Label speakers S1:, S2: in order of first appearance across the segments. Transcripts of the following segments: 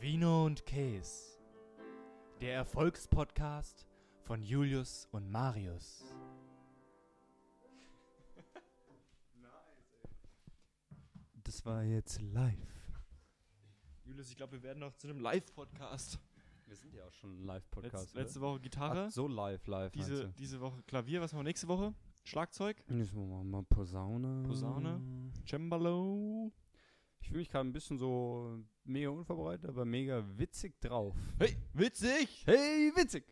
S1: Vino und Käse. Der Erfolgspodcast von Julius und Marius. Das war jetzt live.
S2: Julius, ich glaube, wir werden noch zu einem Live-Podcast.
S3: Wir sind ja auch schon ein Live-Podcast.
S2: Letz, letzte Woche Gitarre,
S3: so live, live.
S2: diese, diese Woche Klavier, was machen wir nächste Woche? Schlagzeug,
S3: Jetzt machen wir mal Posaune.
S2: Posaune. Cembalo.
S3: Ich fühle mich gerade ein bisschen so mega unvorbereitet, aber mega witzig drauf.
S2: Hey, witzig!
S3: Hey, witzig!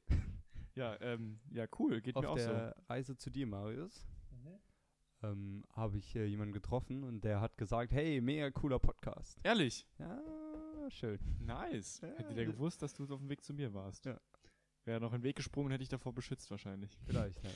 S2: Ja, ähm, ja, cool, geht mir
S3: Auf
S2: auch so.
S3: der Reise zu dir, Marius, ähm, habe ich äh, jemanden getroffen und der hat gesagt, hey, mega cooler Podcast.
S2: Ehrlich?
S3: Ja, schön.
S2: Nice. Hätte der
S3: Ja.
S2: gewusst, dass du so auf dem Weg zu mir warst.
S3: Ja.
S2: Wäre noch in den Weg gesprungen, hätte ich davor beschützt wahrscheinlich.
S3: Vielleicht, ja.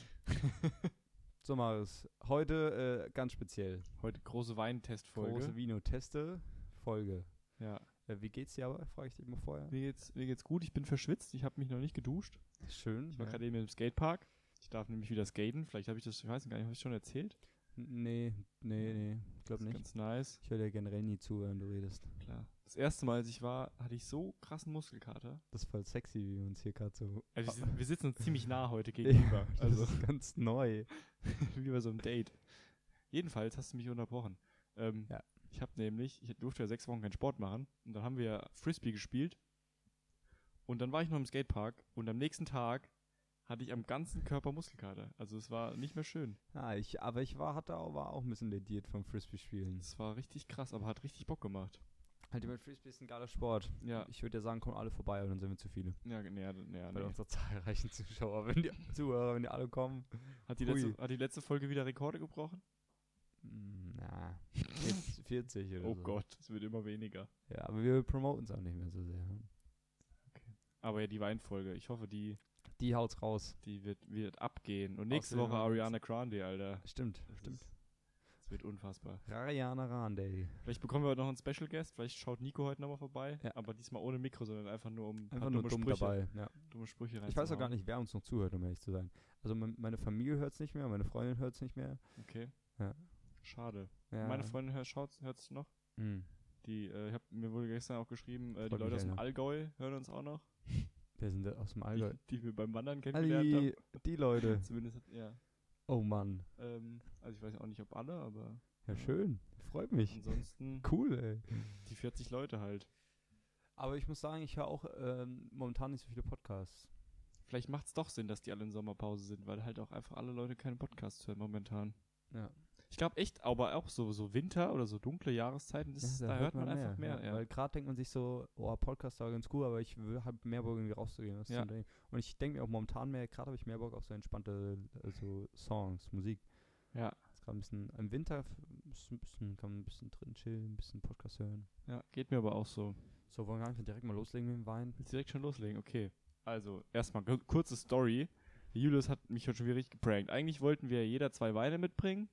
S3: so, Marius, heute äh, ganz speziell.
S2: Heute große Weintestfolge.
S3: Große Vino-Teste, Folge.
S2: ja.
S3: Äh, wie geht's dir aber, frage ich dich mal vorher.
S2: Mir geht's, mir geht's gut, ich bin verschwitzt, ich habe mich noch nicht geduscht.
S3: Schön.
S2: Ich war
S3: ja.
S2: gerade eben im Skatepark. Ich darf nämlich wieder skaten. Vielleicht habe ich das, ich weiß gar nicht, habe ich schon erzählt?
S3: Nee, nee, nee, ich glaube
S2: Das ist
S3: nicht.
S2: Ganz nice.
S3: Ich höre dir generell nie zu, wenn du redest.
S2: Klar. Das erste Mal, als ich war, hatte ich so krassen Muskelkater.
S3: Das ist voll sexy, wie wir uns hier gerade so.
S2: Also wir, sind, wir sitzen uns ziemlich nah heute
S3: Ah. Ja,
S2: gegenüber.
S3: also
S2: Also
S3: das ist ganz neu.
S2: wie bei so einem Date. Jedenfalls hast du mich unterbrochen. Ähm,
S3: Ja.
S2: Ich habe nämlich, ich durfte ja sechs Wochen keinen Sport machen und dann haben wir Frisbee gespielt und dann war ich noch im Skatepark und am nächsten Tag hatte ich am ganzen Körper Muskelkater. Also es war nicht mehr schön.
S3: Ja, ich, aber ich war, hatte auch, war auch ein bisschen lediert vom Frisbee-Spielen.
S2: Es war richtig krass, aber hat richtig Bock gemacht.
S3: Halt, über Frisbee ist ein geiler Sport.
S2: Ja,
S3: Ich würde ja sagen, kommen alle vorbei, aber dann sind wir zu viele.
S2: ja, nee, ja, nee.
S3: Bei unserer zahlreichen Zuschauer, wenn die Zuhörer, wenn die alle kommen.
S2: Hat, die
S3: Hui.
S2: letzte, hat die letzte Folge wieder Rekorde gebrochen?
S3: Mm, Na, 40, 40 oder
S2: Hm, Oh
S3: so.
S2: Gott, es wird immer weniger.
S3: Ja, aber wir promoten es auch nicht mehr so sehr.
S2: Aber ja, die Weinfolge, ich hoffe, die,
S3: Die haut's raus.
S2: die wird, wird abgehen. Und nächste
S3: Außerdem
S2: Woche
S3: haben wir
S2: Ariana Grande, Alter.
S3: Stimmt,
S2: Das
S3: stimmt.
S2: ist- Das wird unfassbar.
S3: Rariana Rande.
S2: Vielleicht bekommen wir heute noch einen Special Guest. Vielleicht schaut Nico heute nochmal vorbei.
S3: Ja.
S2: Aber diesmal ohne Mikro, sondern einfach nur um ein paar
S3: Einfach nur
S2: dumme
S3: dumm
S2: Sprüche, genau.
S3: dabei. Ja.
S2: dumme Sprüche
S3: Ich weiß auch gar
S2: reinzuhauen.
S3: nicht, wer uns noch zuhört, um ehrlich zu sein. Also mein, meine Familie hört es nicht mehr, meine Freundin hört es nicht mehr.
S2: Okay.
S3: Ja.
S2: Schade.
S3: Ja.
S2: Meine Freundin hört schaut's- hört's noch.
S3: Mm.
S2: Die, äh, ich hab, mir wurde gestern auch geschrieben,
S3: Freut
S2: äh, die
S3: mich,
S2: Leute aus dem
S3: Alter.
S2: Allgäu hören uns auch noch.
S3: Wer sind denn aus dem Allgäu? Äh.
S2: Die, die wir beim Wandern
S3: Ah,
S2: kennengelernt
S3: die, die Leute.
S2: haben. Zumindest, hat- ja.
S3: Oh Mann.
S2: Ähm, also ich weiß auch nicht, ob alle, aber
S3: Ja,
S2: Ja.
S3: schön. Freut mich.
S2: ansonsten
S3: Cool, ey.
S2: die 40 Leute halt.
S3: Aber ich muss sagen, ich höre auch ähm, momentan nicht so viele Podcasts.
S2: Vielleicht macht es doch Sinn, dass die alle in Sommerpause sind, weil halt auch einfach alle Leute keine Podcasts hören momentan.
S3: Ja.
S2: Ich glaube echt, aber auch so, so Winter oder so dunkle Jahreszeiten, das,
S3: äh,
S2: ist- da, hört man, einfach mehr. Ja,
S3: Weil gerade denkt man sich so, oh, Podcast war ganz cool, aber ich habe mehr Bock, irgendwie rauszugehen. Das ist so
S2: Ja.
S3: ein Ding. Und ich denke mir auch momentan mehr, gerade habe ich mehr Bock auf so entspannte äh, so Songs, Musik.
S2: ja,
S3: Ist gerade ein bisschen, im Winter f- ist ein bisschen, kann man ein bisschen drin chillen, ein bisschen Podcast hören.
S2: ja, geht mir aber auch so.
S3: So, wollen wir einfach direkt mal loslegen mit dem Wein?
S2: Willst du direkt schon loslegen? Okay. Also, erstmal kur- kurze Story. Der Julius hat mich heute schon wieder richtig geprankt. Eigentlich wollten wir jeder zwei Weine mitbringen.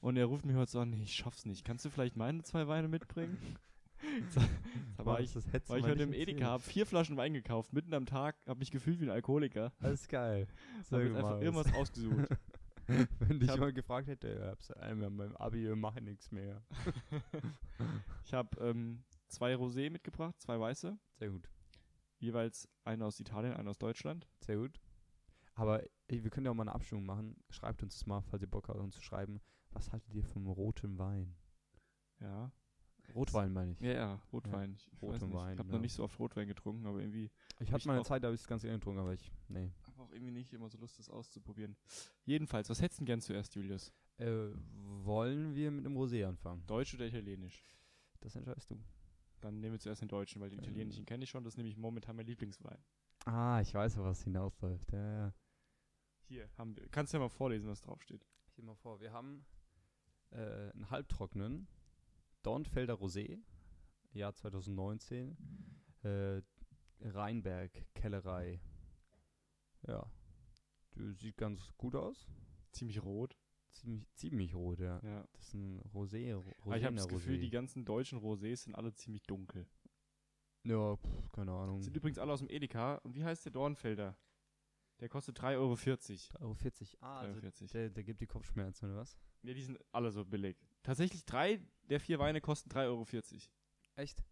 S2: Und er ruft mich heute so an, nee, ich schaff's nicht. Kannst du vielleicht meine zwei Weine mitbringen? da war ich,
S3: das hättest
S2: war
S3: du
S2: ich
S3: mal
S2: heute im
S3: nicht
S2: Edeka,
S3: erzählt.
S2: hab vier Flaschen Wein gekauft, mitten am Tag, hab mich gefühlt wie ein Alkoholiker.
S3: Alles geil.
S2: Hab
S3: Sag
S2: jetzt einfach
S3: mal,
S2: irgendwas ausgesucht.
S3: wenn dich
S2: hab-
S3: jemand gefragt hätte, ja, hab's einmal meinem Abi, mach nichts mehr.
S2: Ich habe ähm, zwei Rosé mitgebracht, zwei weiße.
S3: Sehr gut,
S2: Jeweils eine aus Italien, eine aus Deutschland.
S3: sehr gut. Aber ey, wir können ja auch mal eine Abstimmung machen. Schreibt uns das mal, falls ihr Bock habt, uns zu schreiben. Was haltet ihr vom roten Wein?
S2: Ja.
S3: Rotwein meine ich.
S2: Ja, ja, Rotwein. ne? Ich, ich weiß
S3: Roten
S2: nicht.
S3: Wein,
S2: Ich habe
S3: ja.
S2: noch nicht so oft Rotwein getrunken, aber irgendwie
S3: Ich hatte
S2: ich
S3: mal eine
S2: auch.
S3: Zeit, da habe ich es ganz gerne getrunken, aber ich, nee.
S2: habe auch irgendwie nicht immer so Lust, das auszuprobieren. Jedenfalls, was hättest du denn gern zuerst, Julius?
S3: Äh, wollen wir mit einem Rosé anfangen?
S2: Deutsch oder Italienisch?
S3: Das entscheidest du.
S2: Dann nehmen wir zuerst den Deutschen, weil den
S3: Ähm.
S2: Italienischen kenne ich schon. Das ist nämlich momentan mein Lieblingswein.
S3: Ah, ich weiß, auf was hinausläuft. Ja, ja.
S2: Hier, haben wir. Kannst du ja mal vorlesen, was draufsteht.
S3: Ich gebe mal vor, wir haben äh, einen halbtrockenen Dornfelder Rosé, Jahr 2019, äh, Rheinberg Kellerei. Ja, die sieht ganz gut aus.
S2: Ziemlich rot.
S3: Ziemlich, ziemlich rot, ja.
S2: Ja.
S3: Das ist ein Rosé. Ro-
S2: Aber Ah, ich habe das
S3: Rosener
S2: Gefühl,
S3: Rosé.
S2: die ganzen deutschen Rosés sind alle ziemlich dunkel.
S3: Ja, pf, keine Ahnung.
S2: Sind übrigens alle aus dem Edeka. Und wie heißt der Dornfelder? Der kostet 3,40 Euro.
S3: 3,40 Ah, also
S2: 43.
S3: der, der gibt die Kopfschmerzen, oder was?
S2: Ja, die sind alle so billig. Tatsächlich drei der vier Weine kosten 3,40 Euro.
S3: Echt?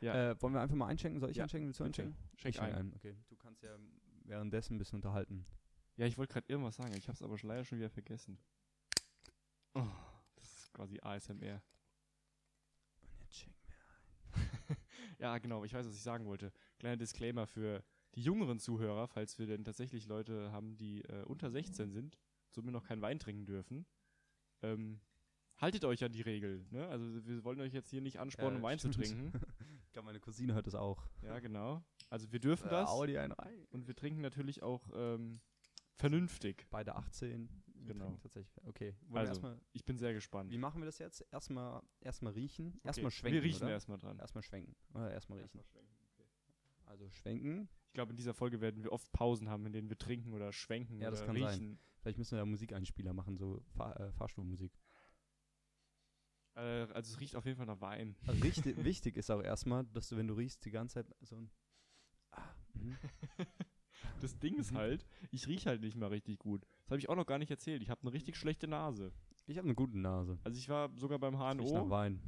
S2: Ja.
S3: Äh, wollen wir einfach mal einschenken? Soll ich
S2: Ja,
S3: einschenken? Willst du
S2: bitte.
S3: einschenken?
S2: Schenk
S3: ich
S2: ein.
S3: schenk ein. Okay. Du kannst ja währenddessen ein bisschen unterhalten.
S2: Ja, ich wollte gerade irgendwas sagen, ich hab's aber schon leider schon wieder vergessen. Oh, das ist quasi ASMR. Ja, genau, ich weiß, was ich sagen wollte. Kleiner Disclaimer für die jüngeren Zuhörer, falls wir denn tatsächlich Leute haben, die äh, unter 16 sind, somit noch keinen Wein trinken dürfen. Ähm, haltet euch an die Regel, ne? Also wir wollen euch jetzt hier nicht anspornen,
S3: Ja,
S2: um Wein zu
S3: stimmt.
S2: trinken.
S3: Ich glaube, meine Cousine hört das auch.
S2: Ja, genau. Also wir dürfen das
S3: Äh, Audi ein rein.
S2: und wir trinken natürlich auch ähm, vernünftig.
S3: Beide 18. Wir
S2: Genau.
S3: trinken Tatsächlich. Okay. Wollen wir
S2: Also.
S3: erstmal,
S2: Ich bin sehr gespannt.
S3: wie machen wir das jetzt? Erstmal, erstmal riechen. Erstmal
S2: Okay,
S3: schwenken.
S2: Wir riechen
S3: oder?
S2: erstmal dran.
S3: Erstmal schwenken. Oder erstmal riechen. Also schwenken.
S2: Ich glaube, in dieser Folge werden wir oft Pausen haben, in denen wir trinken oder schwenken
S3: Ja,
S2: oder
S3: das kann sein.
S2: riechen.
S3: Vielleicht müssen wir da Musikeinspieler machen, so Fahr äh, Fahrstuhlmusik.
S2: Äh, also es riecht auf jeden Fall nach Wein.
S3: Also wichtig, wichtig ist auch erstmal, dass du, wenn du riechst, die ganze Zeit so ein. Ah, mhm.
S2: Das Ding ist
S3: Mhm.
S2: halt, ich rieche halt nicht mal richtig gut. Das habe ich auch noch gar nicht erzählt. Ich habe eine richtig schlechte Nase.
S3: Ich habe eine gute Nase.
S2: Also ich war sogar beim
S3: Das riecht nach
S2: HNO.
S3: Wein.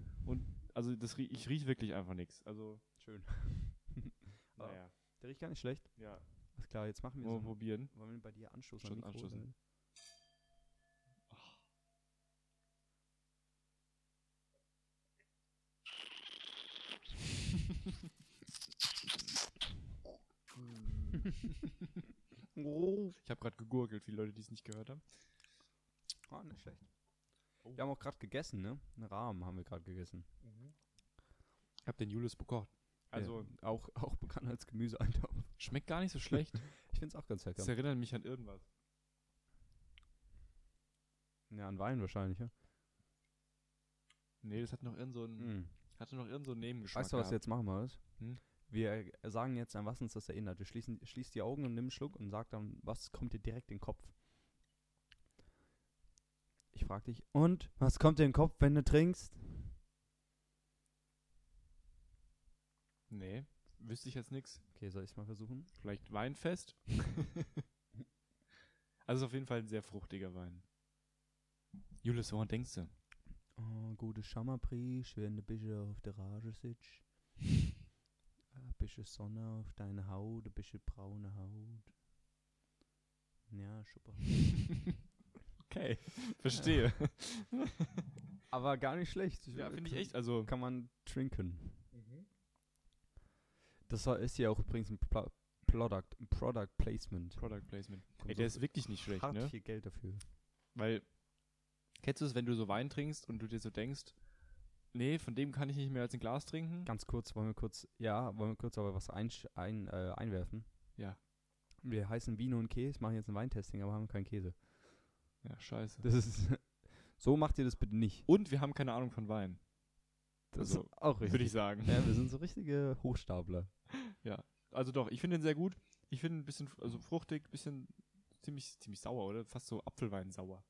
S2: Also das rie ich rieche wirklich einfach nichts. Also,
S3: Schön. Ah.
S2: naja.
S3: Der riecht gar nicht schlecht.
S2: Ja,
S3: Alles klar, jetzt machen wir
S2: mal
S3: so. ein-
S2: probieren.
S3: Wollen wir bei dir anstoßen?
S2: Schon
S3: am Mikro,
S2: anstoßen.
S3: dann-
S2: Ich habe gerade gegurgelt, für die Leute, die es nicht gehört haben.
S3: Ah, nicht schlecht. Wir haben auch gerade gegessen, ne? Einen Rahmen haben wir gerade gegessen.
S1: Ich habe den Julius bekocht.
S2: Also
S3: ja, auch, auch bekannt als Gemüseeintopf.
S2: schmeckt gar nicht so schlecht.
S3: Ich finde es auch ganz lecker.
S2: Das erinnert mich an irgendwas.
S3: Ja, an Wein wahrscheinlich, ja.
S2: Nee, das hat noch irgend so ein,
S3: Mhm.
S2: hatte noch irgend so einen Nebengeschmack.
S3: Weißt du, was wir
S2: gehabt.
S3: jetzt machen, Marius?
S2: Hm?
S3: Wir sagen jetzt, an was uns das erinnert. Wir schließen, schließ die Augen und nimm einen Schluck und sag dann, was kommt dir direkt in den Kopf? Ich frag dich, und was kommt dir in den Kopf, wenn du trinkst?
S2: Nee, wüsste ich jetzt nichts.
S3: Okay, soll ich es mal versuchen?
S2: Vielleicht Weinfest? also ist auf jeden Fall ein sehr fruchtiger Wein. Julius, woran denkst du?
S3: Oh, gute Schammerbrisch, wenn du bisschen auf der Rage sitzt. Ein bisschen Sonne auf deine Haut, ein bisschen braune Haut. Ja, super.
S2: Okay, verstehe.
S3: Aber gar nicht schlecht.
S2: ja, finde ich echt. Also,
S3: kann man trinken. Mhm. Das war- ist ja auch übrigens ein Pla Product, ein Product Placement.
S2: Product Placement.
S3: Kommt
S2: Ey, der
S3: so
S2: ist wirklich nicht schlecht,
S3: hart
S2: ne?
S3: viel Geld dafür.
S2: Weil, kennst du es, wenn du so Wein trinkst und du dir so denkst, nee, von dem kann ich nicht mehr als ein Glas trinken?
S3: Ganz kurz, wollen wir kurz, ja, wollen wir kurz aber was einsch- ein, äh, einwerfen?
S2: Ja.
S3: Wir heißen Wiener und Käse, machen jetzt ein Weintesting, aber haben keinen Käse.
S2: Ja, scheiße.
S3: Das ist, so macht ihr das bitte nicht.
S2: Und wir haben keine Ahnung von Wein,
S3: Das
S2: Also,
S3: ist auch
S2: würde
S3: richtig.
S2: ich sagen.
S3: Ja, wir sind so richtige Hochstapler.
S2: Also doch, ich finde den sehr gut. Ich finde ihn ein bisschen, also fruchtig, bisschen ziemlich, ziemlich sauer, oder? Fast so Apfelwein sauer.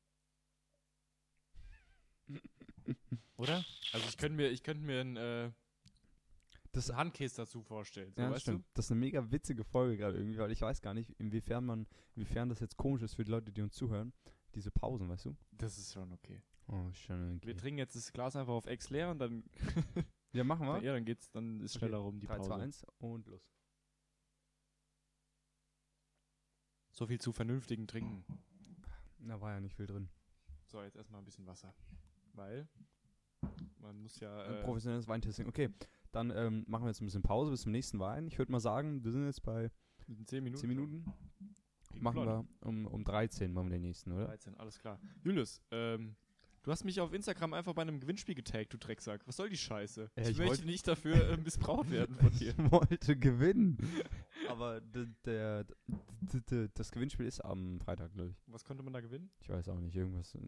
S2: oder? Also ich könnte mir, ich könnte mir einen, äh,
S3: Das-
S2: einen Handkäse dazu vorstellen. So,
S3: ja, das
S2: weißt du?
S3: stimmt. Das ist eine mega witzige Folge gerade irgendwie, weil ich weiß gar nicht, inwiefern man, inwiefern das jetzt komisch ist für die Leute, die uns zuhören. Diese Pausen, weißt du?
S2: Das ist schon okay.
S3: Oh, schön.
S2: Wir trinken jetzt das Glas einfach auf Ex leer und dann,
S3: Ja, machen wir.
S2: ja, dann geht's, dann ist
S3: Okay,
S2: schneller rum die
S3: 3,
S2: Pause.
S3: 2, 1 und los.
S2: So viel zu vernünftigen Trinken.
S3: Da war ja nicht viel drin.
S2: So, jetzt erstmal ein bisschen Wasser. Weil man muss ja.
S3: Ein
S2: Äh,
S3: professionelles Weintesting. Okay, dann ähm, machen wir jetzt ein bisschen Pause bis zum nächsten Wein. Ich würde mal sagen, wir sind jetzt bei
S2: in 10 Minuten.
S3: 10 Minuten.
S2: Ging
S3: Machen
S2: flott.
S3: wir um, um 13 machen wir den nächsten, oder?
S2: 13, alles klar. Julius, ähm, du hast mich auf Instagram einfach bei einem Gewinnspiel getaggt, du Drecksack. Was soll die Scheiße?
S3: Äh,
S2: ich,
S3: ich
S2: möchte
S3: wollt-
S2: nicht dafür äh, missbraucht werden von dir.
S3: Ich wollte gewinnen. Aber d- der, d- d- d- das Gewinnspiel ist am Freitag, glaube ich.
S2: Was konnte man da gewinnen?
S3: Ich weiß auch nicht, irgendwas äh,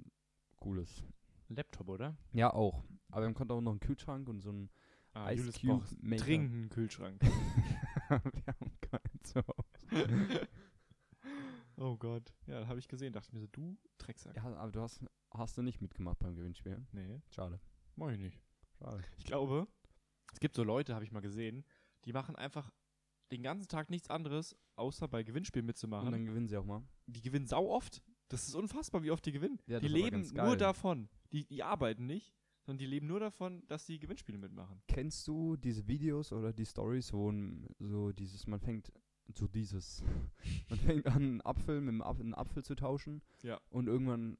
S3: Cooles.
S2: Ein Laptop, oder?
S3: Ja, auch. Aber man konnte auch noch einen Kühlschrank und so einen
S2: Ah,
S3: Ice
S2: Julius
S3: Cube
S2: braucht
S3: Maker.
S2: dringend einen Kühlschrank.
S3: wir haben keinen zu Hause.
S2: oh Gott. Ja, habe ich gesehen. Dachte mir so, du Drecksack.
S3: Ja, aber du hast, hast du nicht mitgemacht beim Gewinnspiel.
S2: Nee,
S3: Schade.
S2: mach ich nicht.
S3: Schade.
S2: Ich glaube, es gibt so Leute, habe ich mal gesehen, die machen einfach den ganzen Tag nichts anderes, außer bei Gewinnspielen
S3: Und
S2: mitzumachen.
S3: dann gewinnen sie auch mal.
S2: Die gewinnen sau oft. Das ist unfassbar, wie oft die gewinnen.
S3: Ja, das
S2: die
S3: ist aber
S2: leben
S3: ganz geil.
S2: nur davon. Die, die arbeiten nicht. sondern die leben nur davon, dass sie Gewinnspiele mitmachen.
S3: Kennst du diese Videos oder die Stories, wo n- so dieses, man fängt so dieses, man fängt an, einen Apfel mit einem Apfel, einen Apfel zu tauschen
S2: Ja.
S3: und irgendwann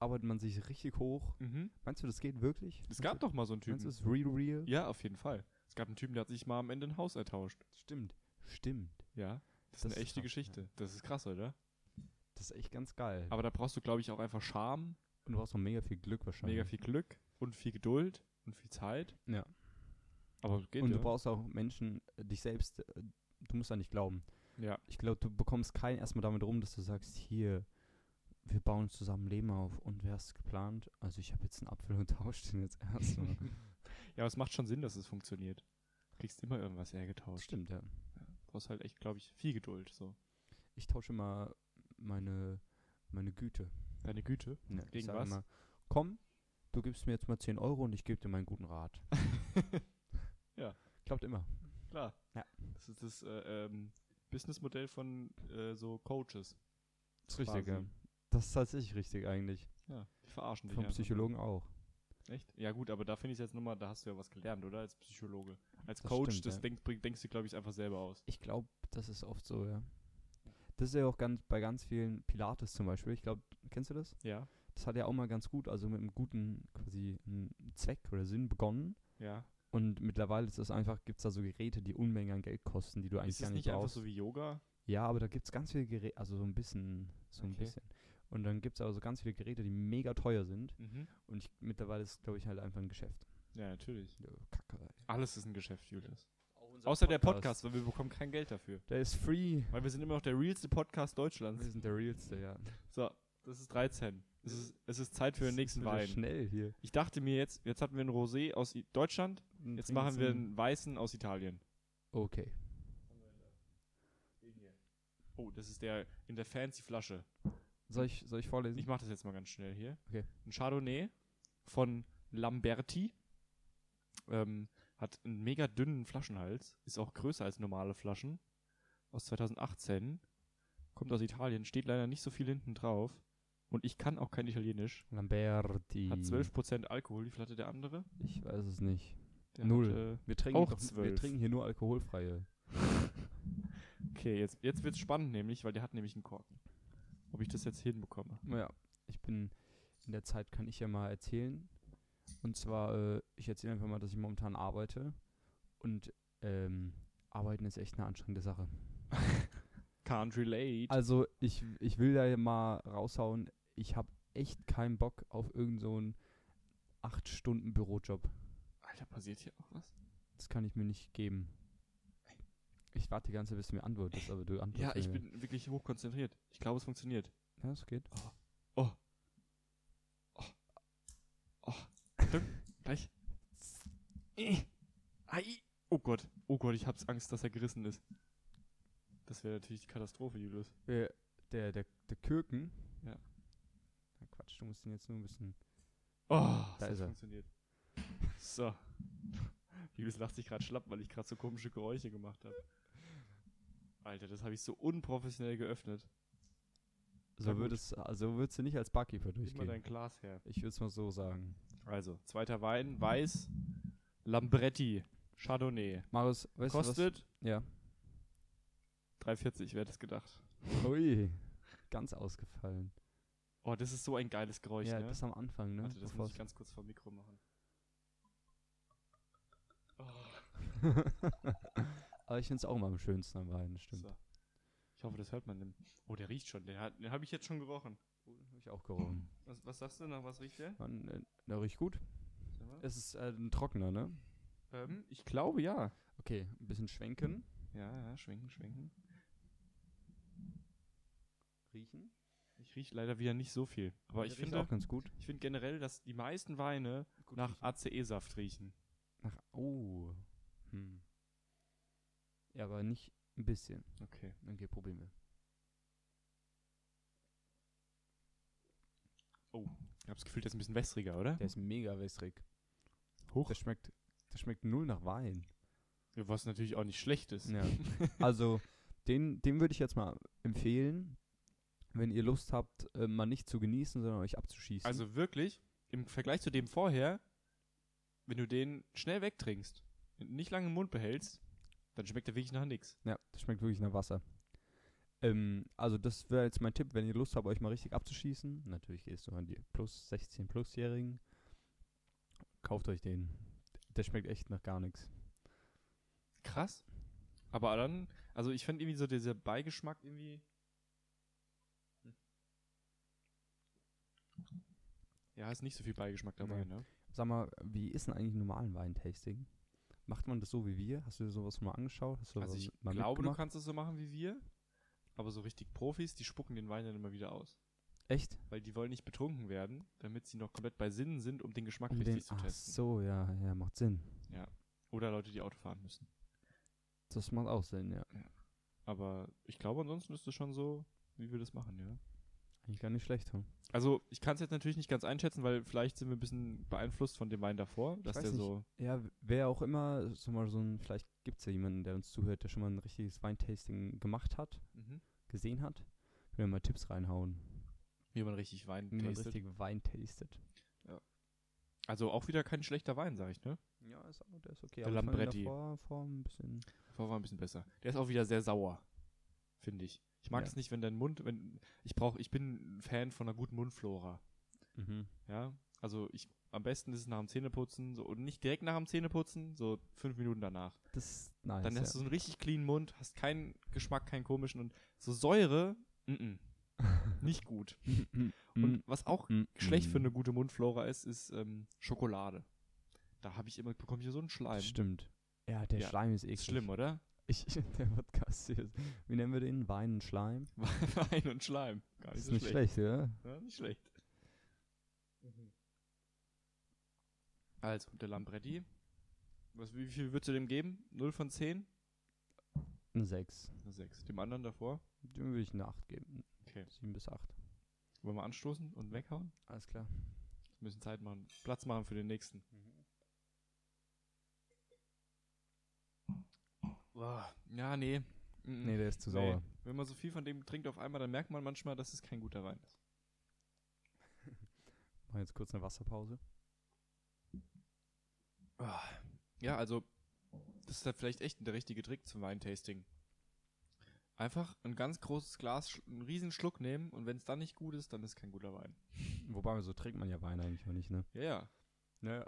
S3: arbeitet man sich richtig hoch.
S2: Mhm.
S3: Meinst du, das geht wirklich?
S2: Es
S3: Meinst
S2: gab
S3: du,
S2: doch mal so einen
S3: Meinst du,
S2: Typen.
S3: das ist real, real?
S2: Ja, auf jeden Fall. Es gab einen Typen, der hat sich mal am Ende ein Haus ertauscht.
S3: Stimmt, stimmt.
S2: Ja. Das,
S3: Das
S2: ist
S3: ist
S2: eine echte
S3: krass, ja.
S2: Geschichte. Das ist krass, oder?
S3: Das ist echt ganz geil.
S2: Aber da brauchst du, glaube ich, auch einfach Charme,
S3: und du brauchst noch mega viel Glück wahrscheinlich.
S2: mega viel Glück und viel Geduld und viel Zeit.
S3: Ja.
S2: Aber geht
S3: Und
S2: ja.
S3: du brauchst auch Menschen, äh, dich selbst, äh, du musst da nicht glauben.
S2: ja.
S3: Ich glaube, du bekommst keinen erstmal damit rum, dass du sagst, hier, wir bauen zusammen Leben auf und wer hast geplant? Also ich habe jetzt einen Apfel und tausche den jetzt erstmal.
S2: Ja, aber es macht schon Sinn, dass es funktioniert. Du kriegst immer irgendwas
S3: Das
S2: hergetauscht.
S3: Stimmt, ja.
S2: Du brauchst halt echt, glaube ich, viel Geduld. So.
S3: Ich tausche immer meine, meine Güte.
S2: Deine Güte.
S3: Ne, ich
S2: Gegen
S3: sag
S2: was?
S3: Immer, komm, du gibst mir jetzt mal 10 Euro und ich gebe dir meinen guten Rat. Klappt immer.
S2: Klar.
S3: Ja.
S2: Das ist das äh, ähm, Businessmodell von äh, so Coaches.
S3: Das
S2: ist richtig, ja.
S3: Das ist tatsächlich richtig eigentlich.
S2: Ja, die verarschen dich.
S3: Vom
S2: einfach.
S3: Psychologen auch.
S2: Echt? Ja, gut, aber da finde ich jetzt nochmal, da hast du ja was gelernt, oder? Als Psychologe. Als
S3: Das
S2: Coach,
S3: stimmt,
S2: das
S3: ja.
S2: denk, bring, denkst du, glaube ich, einfach selber aus.
S3: Ich glaube, das ist oft so, ja. Das ist ja auch ganz bei ganz vielen Pilates zum Beispiel. Ich glaube, kennst du das?
S2: Ja.
S3: Das hat ja auch mal ganz gut, also mit einem guten quasi m, Zweck oder Sinn begonnen.
S2: Ja.
S3: Und mittlerweile ist das einfach, gibt es da so Geräte, die Unmengen an Geld kosten, die du eigentlich
S2: Ist
S3: gar
S2: das
S3: nicht
S2: nicht einfach
S3: brauchst.
S2: so wie Yoga?
S3: ja, aber da gibt es ganz viele Geräte, also so ein bisschen, so ein
S2: Okay.
S3: bisschen. Und dann gibt es aber so ganz viele Geräte, die mega teuer sind.
S2: Mhm.
S3: Und ich, mittlerweile ist, glaube ich, halt einfach ein Geschäft.
S2: Ja, natürlich.
S3: Ja, Kacke. ey.
S2: Alles ist ein Geschäft, Julius. Außer der Podcast, weil wir bekommen kein Geld dafür.
S3: Der ist free.
S2: Weil wir sind immer noch der realste Podcast Deutschlands.
S3: Wir sind der Realste, ja.
S2: So, das ist 13. Es ist, es ist Zeit für den nächsten
S3: Wieder
S2: Wein.
S3: Schnell hier.
S2: Ich dachte mir jetzt, jetzt hatten wir einen Rosé aus I Deutschland,
S3: Und
S2: jetzt
S3: trinken
S2: machen wir
S3: einen-
S2: einen weißen aus Italien.
S3: Okay.
S2: Oh, das ist der in der fancy Flasche.
S3: Soll ich, soll ich vorlesen?
S2: Ich mache das jetzt mal ganz schnell hier.
S3: Okay.
S2: Ein Chardonnay von Lamberti. Ähm, hat einen mega dünnen Flaschenhals, ist auch größer als normale Flaschen. Aus 2018. Kommt aus Italien, steht leider nicht so viel hinten drauf. Und ich kann auch kein Italienisch.
S3: Lamberti.
S2: Hat 12% Alkohol, wie viel hatte der andere?
S3: Ich weiß es nicht.
S2: Der äh,
S3: Null.
S2: hatte-
S3: Wir trinken,
S2: Auch
S3: doch, wir
S2: zwölf.
S3: trinken hier nur alkoholfreie.
S2: Okay, jetzt, jetzt wird's spannend nämlich, weil der hat nämlich einen Korken. Ob ich das jetzt hinbekomme.
S3: Ja, ich bin, in der Zeit kann ich ja mal erzählen. Und zwar, äh, ich erzähle einfach mal, dass ich momentan arbeite. Und ähm, arbeiten ist echt eine anstrengende Sache.
S2: Can't relate.
S3: Also ich, ich will da ja mal raushauen, ich habe echt keinen Bock auf irgendeinen so einen 8-Stunden-Bürojob.
S2: Alter, passiert hier auch was?
S3: Das kann ich mir nicht geben. Ich warte die ganze Zeit, bis du mir antwortest, aber du antwortest
S2: Ja, ich
S3: mir.
S2: bin wirklich hochkonzentriert. Ich glaube, es funktioniert.
S3: Ja, es geht.
S2: Gleich. Äh. Ai. Oh Gott, oh Gott, ich hab's Angst, dass er gerissen ist. Das wäre natürlich die Katastrophe, Julius.
S3: Äh, der, der, der Kürken.
S2: Ja.
S3: Na Quatsch, du musst ihn jetzt nur ein bisschen.
S2: Oh,
S3: Da ist
S2: es hat
S3: er.
S2: funktioniert. So. Julius lacht sich gerade schlapp, weil ich gerade so komische Geräusche gemacht habe. Alter, das habe ich so unprofessionell geöffnet.
S3: So
S2: gut.
S3: würdest, also würdest du nicht als Barkeeper
S2: Gib mal dein
S3: durchgehen.
S2: Glas her.
S3: Ich würde es mal so sagen.
S2: Also, zweiter Wein, Weiß, Lambretti, Chardonnay.
S3: Marius, weißt du
S2: Kostet
S3: was? Ja.
S2: 3,40, wer hätte es gedacht.
S3: Ui. Ganz ausgefallen.
S2: Oh, das ist so ein geiles Geräusch,
S3: ja,
S2: ne?
S3: das am Anfang, ne?
S2: Warte, das
S3: Bevor
S2: muss ich
S3: es-
S2: ganz kurz vom Mikro machen. Oh,
S3: Aber ich finde es auch immer am schönsten am Wein, stimmt.
S2: so. Ich hoffe, das hört man. Dem. Oh, der riecht schon. Den, hat- den habe ich jetzt schon gerochen.
S3: Oh, den Hab ich auch gerochen.
S2: Was, was sagst du nach was riecht der?
S3: Man, äh, der riecht gut.
S2: Sag mal.
S3: Es ist äh, ein trockener, ne?
S2: Ähm, ich glaube ja.
S3: Okay, ein bisschen schwenken.
S2: Ja, ja, schwenken, schwenken.
S3: Riechen.
S2: Ich rieche leider wieder nicht so viel. Aber ich
S3: Der riecht
S2: finde,
S3: auch ganz gut.
S2: ich finde generell, dass die meisten Weine
S3: gut
S2: nach ACE-Saft riechen.
S3: Nach. Oh. Hm. Ja, aber nicht ein bisschen.
S2: Okay.
S3: Okay, probieren wir.
S2: Ich habe das Gefühl, der ist ein bisschen wässriger, oder?
S3: Der ist mega wässrig.
S2: Huch.
S3: Das schmeckt, das schmeckt null nach Wein.
S2: Was natürlich auch nicht schlecht ist.
S3: Ja. also, den, den würde ich jetzt mal empfehlen, wenn ihr Lust habt, äh, mal nicht zu genießen, sondern euch abzuschießen.
S2: Also wirklich, im Vergleich zu dem vorher, wenn du den schnell wegtrinkst, nicht lange im Mund behältst, dann schmeckt der wirklich nach nichts.
S3: Ja, das schmeckt wirklich nach Wasser. Ähm, also das wäre jetzt mein Tipp, wenn ihr Lust habt, euch mal richtig abzuschießen. Natürlich gehst du an die plus 16 plusjährigen. Kauft euch den. Der schmeckt echt nach gar nichts.
S2: Krass. Aber dann, also ich fand irgendwie so dieser Beigeschmack irgendwie. Hm. Ja, ist nicht so viel Beigeschmack dabei,
S3: Nee.
S2: ne?
S3: Sag mal, wie ist denn eigentlich normalen Weintasting? Macht man das so wie wir? Hast du dir sowas mal angeschaut? Hast du
S2: Also
S3: was
S2: ich
S3: mal
S2: glaube, du
S3: mitgemacht?
S2: kannst es so machen wie wir, aber so richtig Profis, die spucken den Wein dann immer wieder aus.
S3: Echt?
S2: Weil die wollen nicht betrunken werden, damit sie noch komplett bei Sinnen sind, um den Geschmack
S3: Um
S2: richtig
S3: den,
S2: zu
S3: ach
S2: testen.
S3: so, ja, ja, macht Sinn.
S2: Oder Leute, die Auto fahren müssen.
S3: Das macht auch Sinn, ja.
S2: Aber ich glaube, ansonsten ist es schon so, wie wir das machen, ja.
S3: Eigentlich gar nicht schlecht. Hm?
S2: Also, ich kann es jetzt natürlich nicht ganz einschätzen, weil vielleicht sind wir ein bisschen beeinflusst von dem Wein davor, dass
S3: weiß
S2: der
S3: nicht.
S2: so.
S3: Ja, w- wer auch immer, so mal so ein, vielleicht gibt es ja jemanden, der uns zuhört, der schon mal ein richtiges Weintasting gemacht hat,
S2: Mhm.
S3: gesehen hat. Können wir mal Tipps reinhauen,
S2: Wie man richtig Wein
S3: wie man
S2: tastet.
S3: richtig Wein tastet.
S2: Also auch wieder kein schlechter Wein, sag ich, ne?
S3: Ja, ist auch, der ist okay.
S2: Der aber ich fand ihn Lampretti.
S3: Davor, ein bisschen.
S2: Davor war ein bisschen besser. Der ist auch wieder sehr sauer, finde ich. Ich mag
S3: Ja.
S2: es nicht, wenn dein Mund, wenn ich brauche, ich bin ein Fan von einer guten Mundflora,
S3: Mhm.
S2: ja? Also ich am besten ist es nach dem Zähneputzen so und nicht direkt nach dem Zähneputzen, so fünf Minuten danach.
S3: Das ist nice.
S2: Dann hast du so einen richtig cleanen Mund, hast keinen Geschmack, keinen komischen und so Säure, mm-mm, nicht gut.
S3: Mm.
S2: Und was auch schlecht für eine gute Mundflora ist, ist ähm, Schokolade. Da habe ich immer, bekomme ich so einen Schleim.
S3: Stimmt. Ja, der
S2: Ja,
S3: Schleim ist eklig.
S2: Ist schlimm, oder?
S3: Ich, der Podcast hier. ist- Wie nennen wir den? Wein und Schleim?
S2: Wein und Schleim. Gar nicht
S3: Ist
S2: so
S3: nicht
S2: schlecht.
S3: schlecht, Mhm. ja?
S2: Ja, nicht schlecht. Also, der Lambretti. Was, wie viel würdest du dem geben? 0 von 10?
S3: Eine 6.
S2: Eine 6. Dem anderen davor?
S3: Dem würde ich eine 8 geben.
S2: Okay.
S3: 7 bis 8.
S2: Wollen wir anstoßen und weghauen?
S3: Alles klar.
S2: Wir müssen Zeit machen. Platz machen für den nächsten. Boah. Ja, nee. Mhm.
S3: Nee, der ist zu sauer.
S2: Wenn man so viel von dem trinkt auf einmal, dann merkt man manchmal, dass es kein guter Wein ist.
S3: Machen jetzt kurz eine Wasserpause.
S2: Ah, Ja, also, das ist halt vielleicht echt der richtige Trick zum Weintasting. Einfach ein ganz großes Glas, sch- einen riesen Schluck nehmen und wenn es dann nicht gut ist, dann ist kein guter Wein.
S3: Wobei, so trinkt man ja Wein eigentlich auch nicht, ne?
S2: Ja, ja.
S3: Naja.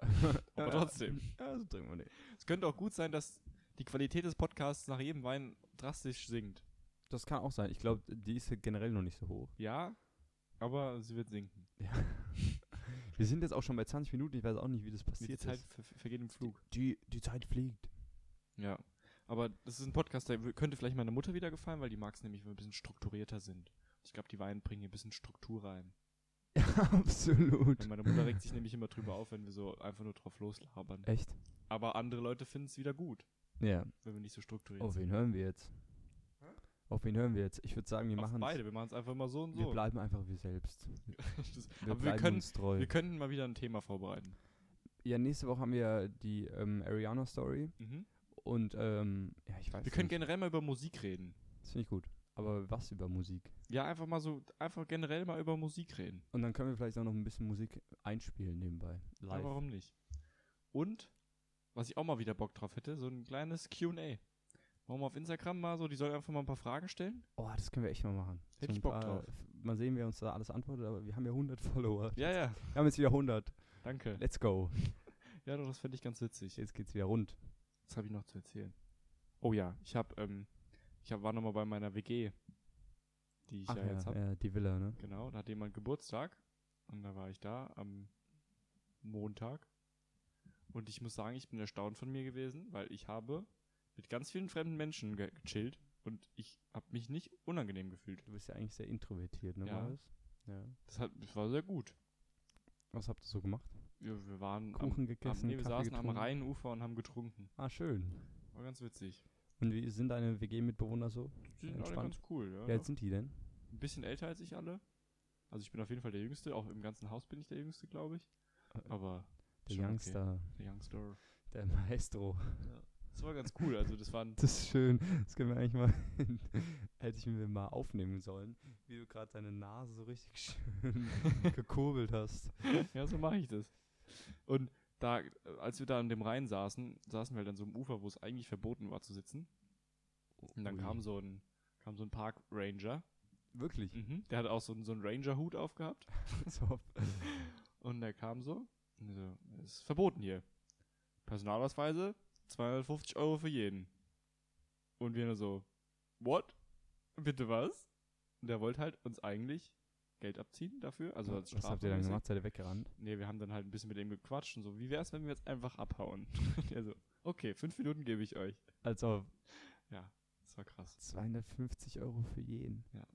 S2: Aber trotzdem.
S3: Ja, so trinkt man nicht.
S2: Es könnte auch gut sein, dass die Qualität des Podcasts nach jedem Wein drastisch sinkt.
S3: Das kann auch sein. Ich glaube, die ist ja generell noch nicht so hoch.
S2: Ja, aber sie wird sinken.
S3: Wir sind jetzt auch schon bei 20 Minuten. Ich weiß auch nicht, wie das
S2: Die
S3: passiert
S2: Zeit
S3: ist.
S2: halt ver ver- vergeht im Flug.
S3: Die, die Zeit fliegt.
S2: Ja. Aber das ist ein Podcast, der w- könnte vielleicht meiner Mutter wieder gefallen, weil die mag es nämlich, wenn wir ein bisschen strukturierter sind. Ich glaube, die Weine bringen hier ein bisschen Struktur rein.
S3: Absolut.
S2: Ja, Meine Mutter regt sich nämlich immer drüber auf, wenn wir so einfach nur drauf loslabern.
S3: Echt?
S2: Aber andere Leute finden es wieder gut,
S3: Ja.
S2: wenn wir nicht so strukturiert
S3: Auf
S2: sind.
S3: wen hören wir jetzt? Auf wen hören wir jetzt? Ich würde sagen, wir
S2: Auf
S3: machen
S2: beide, wir machen es einfach mal so und
S3: Wir
S2: so.
S3: bleiben einfach wir selbst.
S2: Das-
S3: Wir
S2: aber wir
S3: bleiben
S2: können,
S3: uns treu.
S2: wir können mal wieder ein Thema vorbereiten.
S3: Ja, nächste Woche haben wir die ähm, Ariana Story und ähm, ja, ich weiß
S2: Mhm. Wir können
S3: nicht.
S2: generell mal über Musik reden.
S3: Das finde ich gut. Aber was über Musik?
S2: Ja, einfach mal so, einfach generell mal über Musik reden.
S3: Und dann können wir vielleicht auch noch ein bisschen Musik einspielen nebenbei.
S2: Ja,
S3: Live.
S2: warum nicht? Und, was ich auch mal wieder Bock drauf hätte, so ein kleines Q&A. Machen wir auf Instagram mal so, die sollen einfach mal ein paar Fragen stellen.
S3: Oh, das können wir echt mal machen.
S2: Hätte
S3: ein
S2: ich Bock
S3: paar-
S2: drauf.
S3: f- Mal sehen, wer uns da alles antwortet, aber wir haben ja 100 Follower.
S2: Ja, ja,
S3: Wir haben jetzt wieder 100.
S2: danke.
S3: Let's go.
S2: Ja, doch, das fände ich ganz witzig.
S3: Jetzt geht's wieder rund.
S2: Was habe ich noch zu erzählen? Oh ja, ich habe, ähm, ich hab, war nochmal bei meiner WG, die ich ja, jetzt habe.
S3: ja, die Villa, ne?
S2: Genau, da hat jemand Geburtstag und da war ich da am Montag. Und ich muss sagen, ich bin erstaunt von mir gewesen, weil ich habe mit ganz vielen fremden Menschen ge gechillt und ich habe mich nicht unangenehm gefühlt.
S3: Du bist ja eigentlich sehr introvertiert, ne?
S2: Ja.
S3: Marius? ja.
S2: Das, hat, das war sehr gut.
S3: Was habt ihr so gemacht?
S2: Wir, wir waren
S3: Kuchen
S2: am, am,
S3: gegessen,
S2: nee, wir
S3: Kaffee
S2: saßen am
S3: getrunken?
S2: Rheinufer und haben getrunken.
S3: Ah, schön.
S2: War ganz witzig.
S3: Und wie sind deine WG-Mitbewohner so?
S2: Die sind alle
S3: Entspannt.
S2: ganz cool, ja.
S3: Wie alt
S2: doch.
S3: sind die denn?
S2: ein bisschen älter als ich alle. Also ich bin auf jeden Fall der Jüngste, auch im ganzen Haus bin ich der Jüngste, glaube ich.
S3: Äh.
S2: Aber
S3: Der
S2: schon okay.
S3: Youngster,
S2: der Youngster.
S3: der Maestro.
S2: Das war ganz cool. Also das waren.
S3: Das ist schön. Das können wir eigentlich mal. hätte ich mir mal aufnehmen sollen, wie du gerade deine Nase so richtig schön gekurbelt hast.
S2: ja, so mache ich das. Und da, äh, als wir da an dem Rhein saßen, saßen wir halt an so einem Ufer, wo es eigentlich verboten war zu sitzen. Und dann
S3: Ui.
S2: kam so ein, kam so ein Park Ranger.
S3: Wirklich.
S2: Der hat auch so, einen- so einen Ranger-Hut aufgehabt.
S3: so.
S2: Und der kam so, und so, es ist verboten hier. Personalausweise, 250 Euro für jeden. Und wir nur so, what? Bitte was? Und der wollte halt uns eigentlich Geld abziehen dafür. Also als
S3: Was habt ihr dann
S2: strafamäßig.
S3: gemacht? Seid ihr weggerannt?
S2: Nee, wir haben dann halt ein bisschen mit ihm gequatscht und so, wie wär's, wenn wir jetzt einfach abhauen? Und der so, okay, fünf Minuten gebe ich euch.
S3: Also
S2: Das war krass.
S3: 250 Euro für jeden.
S2: Ja.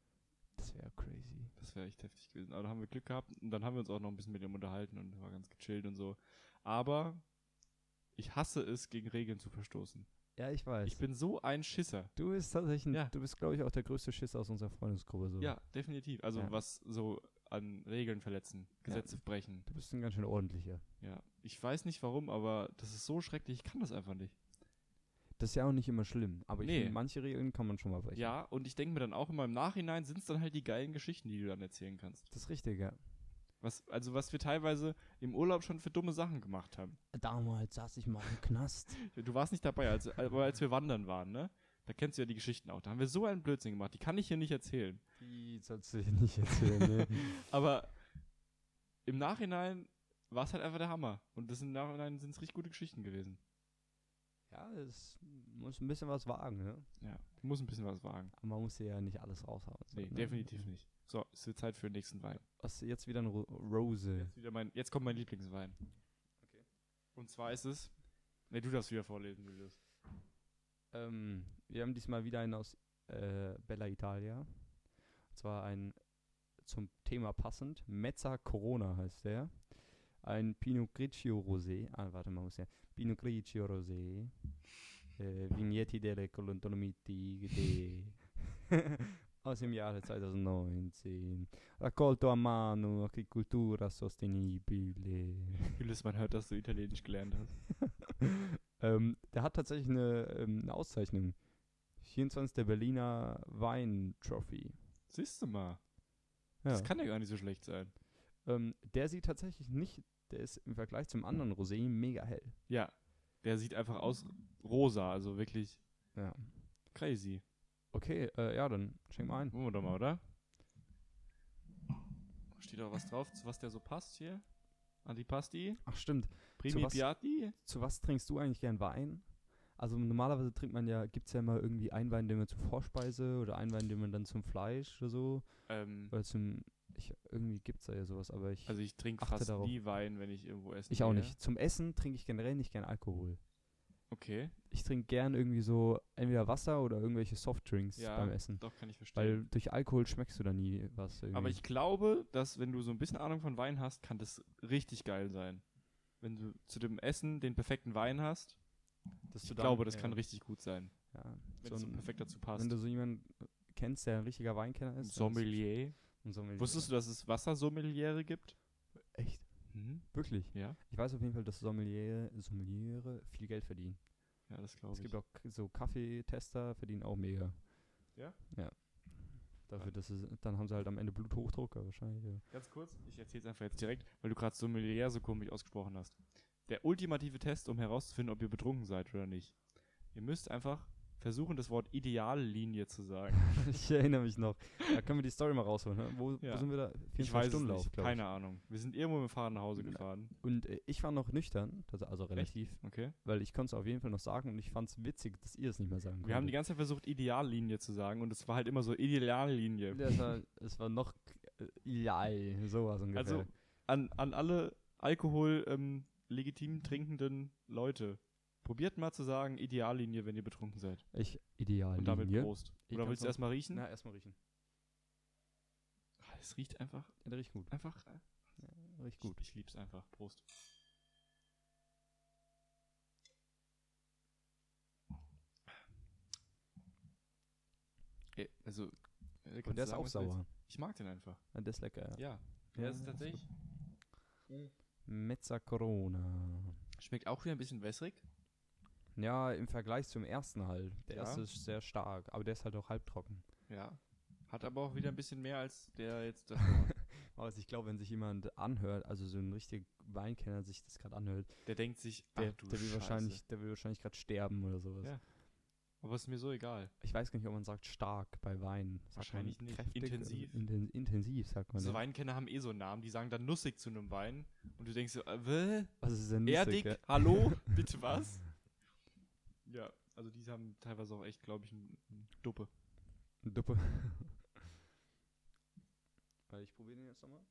S3: Das wäre crazy.
S2: Das wäre echt heftig gewesen. Aber da haben wir Glück gehabt und dann haben wir uns auch noch ein bisschen mit ihm unterhalten und war ganz gechillt und so. Aber ich hasse es, gegen Regeln zu verstoßen.
S3: Ja, ich weiß.
S2: Ich bin so ein Schisser.
S3: du bist tatsächlich, ein,
S2: Ja.
S3: du bist, glaube ich, auch der größte Schiss aus unserer Freundesgruppe. So.
S2: Ja, definitiv. Also
S3: Ja.
S2: was so an Regeln verletzen, Gesetze brechen.
S3: Du bist ein ganz schön ordentlicher.
S2: Ja. Ich weiß nicht warum, aber das ist so schrecklich. Ich kann das einfach nicht.
S3: Das ist ja auch nicht immer schlimm, aber ich
S2: Nee.
S3: finde, manche Regeln kann man schon mal brechen.
S2: Ja, und ich denke mir dann auch immer im Nachhinein sind es dann halt die geilen Geschichten, die du dann erzählen kannst.
S3: Das ist richtig, ja.
S2: Was, also was wir teilweise im Urlaub schon für dumme Sachen gemacht haben.
S3: Damals saß ich mal im Knast.
S2: Du warst nicht dabei, als, aber als wir wandern waren, ne? Da kennst du ja die Geschichten auch. Da haben wir so einen Blödsinn gemacht. Die kann ich hier nicht erzählen.
S3: Die sollst du dir nicht erzählen, ne?
S2: Aber im Nachhinein war es halt einfach der Hammer. Und das im Nachhinein sind es richtig gute Geschichten gewesen.
S3: Ja, es muss ein bisschen was wagen, ne?
S2: Ja, muss ein bisschen was wagen.
S3: Aber man muss dir ja nicht alles raushauen. so,
S2: Nee,
S3: ne?
S2: definitiv nicht. So, es wird Zeit für den nächsten Wein.
S3: Was, jetzt wieder eine Ro Rose.
S2: Jetzt, wieder mein, jetzt kommt mein Lieblingswein. Und zwar ist es. Ne, du darfst wieder vorlesen, Julius.
S3: Ähm, wir haben diesmal wieder einen aus äh, Bella Italia. Und zwar ein zum Thema passend. Mezza Corona heißt der. Ein Pinot Grigio Rosé. Ah, warte mal, muss ja. Pinot Grigio Rosé. Äh, Vigneti delle Col- Dolomiti de- aus dem Jahre 2019. Raccolto a mano, Agricoltura sostenibile.
S2: Julius, man hört, dass du Italienisch gelernt hast.
S3: ähm, der hat tatsächlich eine, ähm, eine Auszeichnung. 24. Berliner Wein Trophy.
S2: Siehst du mal.
S3: Ja.
S2: Das kann ja gar nicht so schlecht sein.
S3: Ähm, der sieht tatsächlich nicht, der ist im Vergleich zum anderen Rosé mega hell.
S2: Ja, der sieht einfach aus rosa, also wirklich
S3: Ja.
S2: crazy.
S3: Okay, äh, ja, dann schenk mal ein.
S2: Wollen wir doch mal, oder? Steht auch was drauf, zu was der so passt hier? Antipasti?
S3: Ach stimmt,
S2: Primi
S3: was-
S2: Piatti?
S3: zu was trinkst du eigentlich gern Wein? Also normalerweise trinkt man ja, gibt es ja immer irgendwie einen Wein, den man zur Vorspeise oder einen Wein, den man dann zum Fleisch oder so.
S2: Ähm,
S3: Oder zum, ich, irgendwie gibt es da ja sowas, aber ich,
S2: also ich trinke
S3: achte
S2: fast
S3: darauf.
S2: nie Wein, wenn ich irgendwo esse.
S3: ich auch nicht. Zum Essen trinke ich generell nicht gern Alkohol.
S2: Okay,
S3: ich trinke gern irgendwie so entweder Wasser oder irgendwelche Softdrinks
S2: Ja,
S3: beim Essen.
S2: doch kann ich verstehen.
S3: Weil durch Alkohol schmeckst du da nie was irgendwie.
S2: Aber ich glaube, dass wenn du so ein bisschen Ahnung von Wein hast, kann das richtig geil sein. Wenn du zu dem Essen den perfekten Wein hast,
S3: Dass
S2: ich
S3: du dann-
S2: glaube, das kann
S3: ja,
S2: richtig gut sein.
S3: Ja,
S2: Wenn
S3: so
S2: es so
S3: ein-
S2: perfekt dazu
S3: wenn
S2: passt.
S3: du so jemanden kennst, der ein richtiger Weinkenner ist. dann ist es- Ein Sommelier.
S2: Wusstest du, dass es Wassersommeliere gibt?
S3: Echt?
S2: Mhm.
S3: Wirklich?
S2: Ja,
S3: Ich weiß auf jeden Fall, dass Sommeliere, Sommeliere viel Geld verdienen.
S2: ja, das glaube ich.
S3: Es gibt auch k- so Kaffeetester, verdienen auch mega.
S2: Ja?
S3: Ja. Dafür, dass es, dann haben sie halt am Ende Bluthochdrucker wahrscheinlich. Ja.
S2: Ganz kurz, ich erzähle es einfach jetzt direkt, weil du gerade Sommelier so komisch ausgesprochen hast. Der ultimative Test, um herauszufinden, ob ihr betrunken seid oder nicht. Ihr müsst einfach versuchen, das Wort Ideallinie zu sagen.
S3: ich erinnere mich noch. Da können wir die Story mal rausholen. Ne? Wo,
S2: Ja.
S3: wo sind wir da?
S2: ich weiß es
S3: Stundenlauf,
S2: nicht,
S3: glaub ich.
S2: keine Ahnung. Wir sind irgendwo mit dem Fahrrad nach Hause
S3: Na.
S2: gefahren.
S3: Und äh, ich war noch nüchtern, das- also relativ,
S2: Okay.
S3: weil ich konnte es auf jeden Fall noch sagen und ich fand es witzig, dass ihr es nicht mehr sagen konntet.
S2: Wir haben die ganze Zeit versucht, Ideallinie zu sagen und es war halt immer so Ideallinie.
S3: Ja, es war, es war noch äh, ja, sowas ungefähr.
S2: Also an, an alle Alkohol ähm, legitim trinkenden Leute. Probiert mal zu sagen Ideallinie, wenn ihr betrunken seid.
S3: ich ideal.
S2: Und damit Prost.
S3: Ich
S2: Oder
S3: kann's
S2: willst du
S3: noch-
S2: erstmal riechen?
S3: Na, erstmal riechen.
S2: Ah, Es riecht einfach,
S3: Ja, der riecht gut.
S2: einfach
S3: Riecht
S2: gut.
S3: gut.
S2: Ich lieb's einfach. Prost. Äh, Also, äh, kannst du
S3: Und der ist
S2: sagen,
S3: auch
S2: was du willst?
S3: sauer.
S2: Ich mag den einfach.
S3: Ja, der ist lecker, ja.
S2: Ja, der
S3: Ja,
S2: ist
S3: ja, ist
S2: tatsächlich.
S3: Mezza Corona.
S2: Schmeckt auch wieder ein bisschen wässrig.
S3: Ja, im Vergleich zum ersten halt. Der
S2: Ja.
S3: erste ist sehr stark, aber der ist halt auch halbtrocken.
S2: Ja. Hat aber auch wieder ein bisschen mehr als der jetzt.
S3: Also ich glaube, wenn sich jemand anhört, also so ein richtiger Weinkenner sich das gerade anhört,
S2: Der denkt sich,
S3: der,
S2: ach du
S3: der will
S2: Scheiße.
S3: wahrscheinlich, der will wahrscheinlich gerade sterben oder sowas.
S2: Ja. Aber ist mir so egal.
S3: Ich weiß gar nicht, ob man sagt stark bei Wein. Sagt
S2: Wahrscheinlich
S3: man
S2: nicht.
S3: Kräftig, oder
S2: Intensiv.
S3: Inten intensiv sagt man.
S2: So
S3: ja.
S2: Weinkenner haben eh so einen Namen, die sagen dann nussig zu einem Wein und du denkst so, äh, wä?
S3: Also es ist ja nussig,
S2: Erdig,
S3: ja.
S2: hallo, bitte was? Ja, also die haben teilweise auch echt, glaube ich, ein ein Duppe.
S3: Duppe. Warte, ich probiere den jetzt nochmal.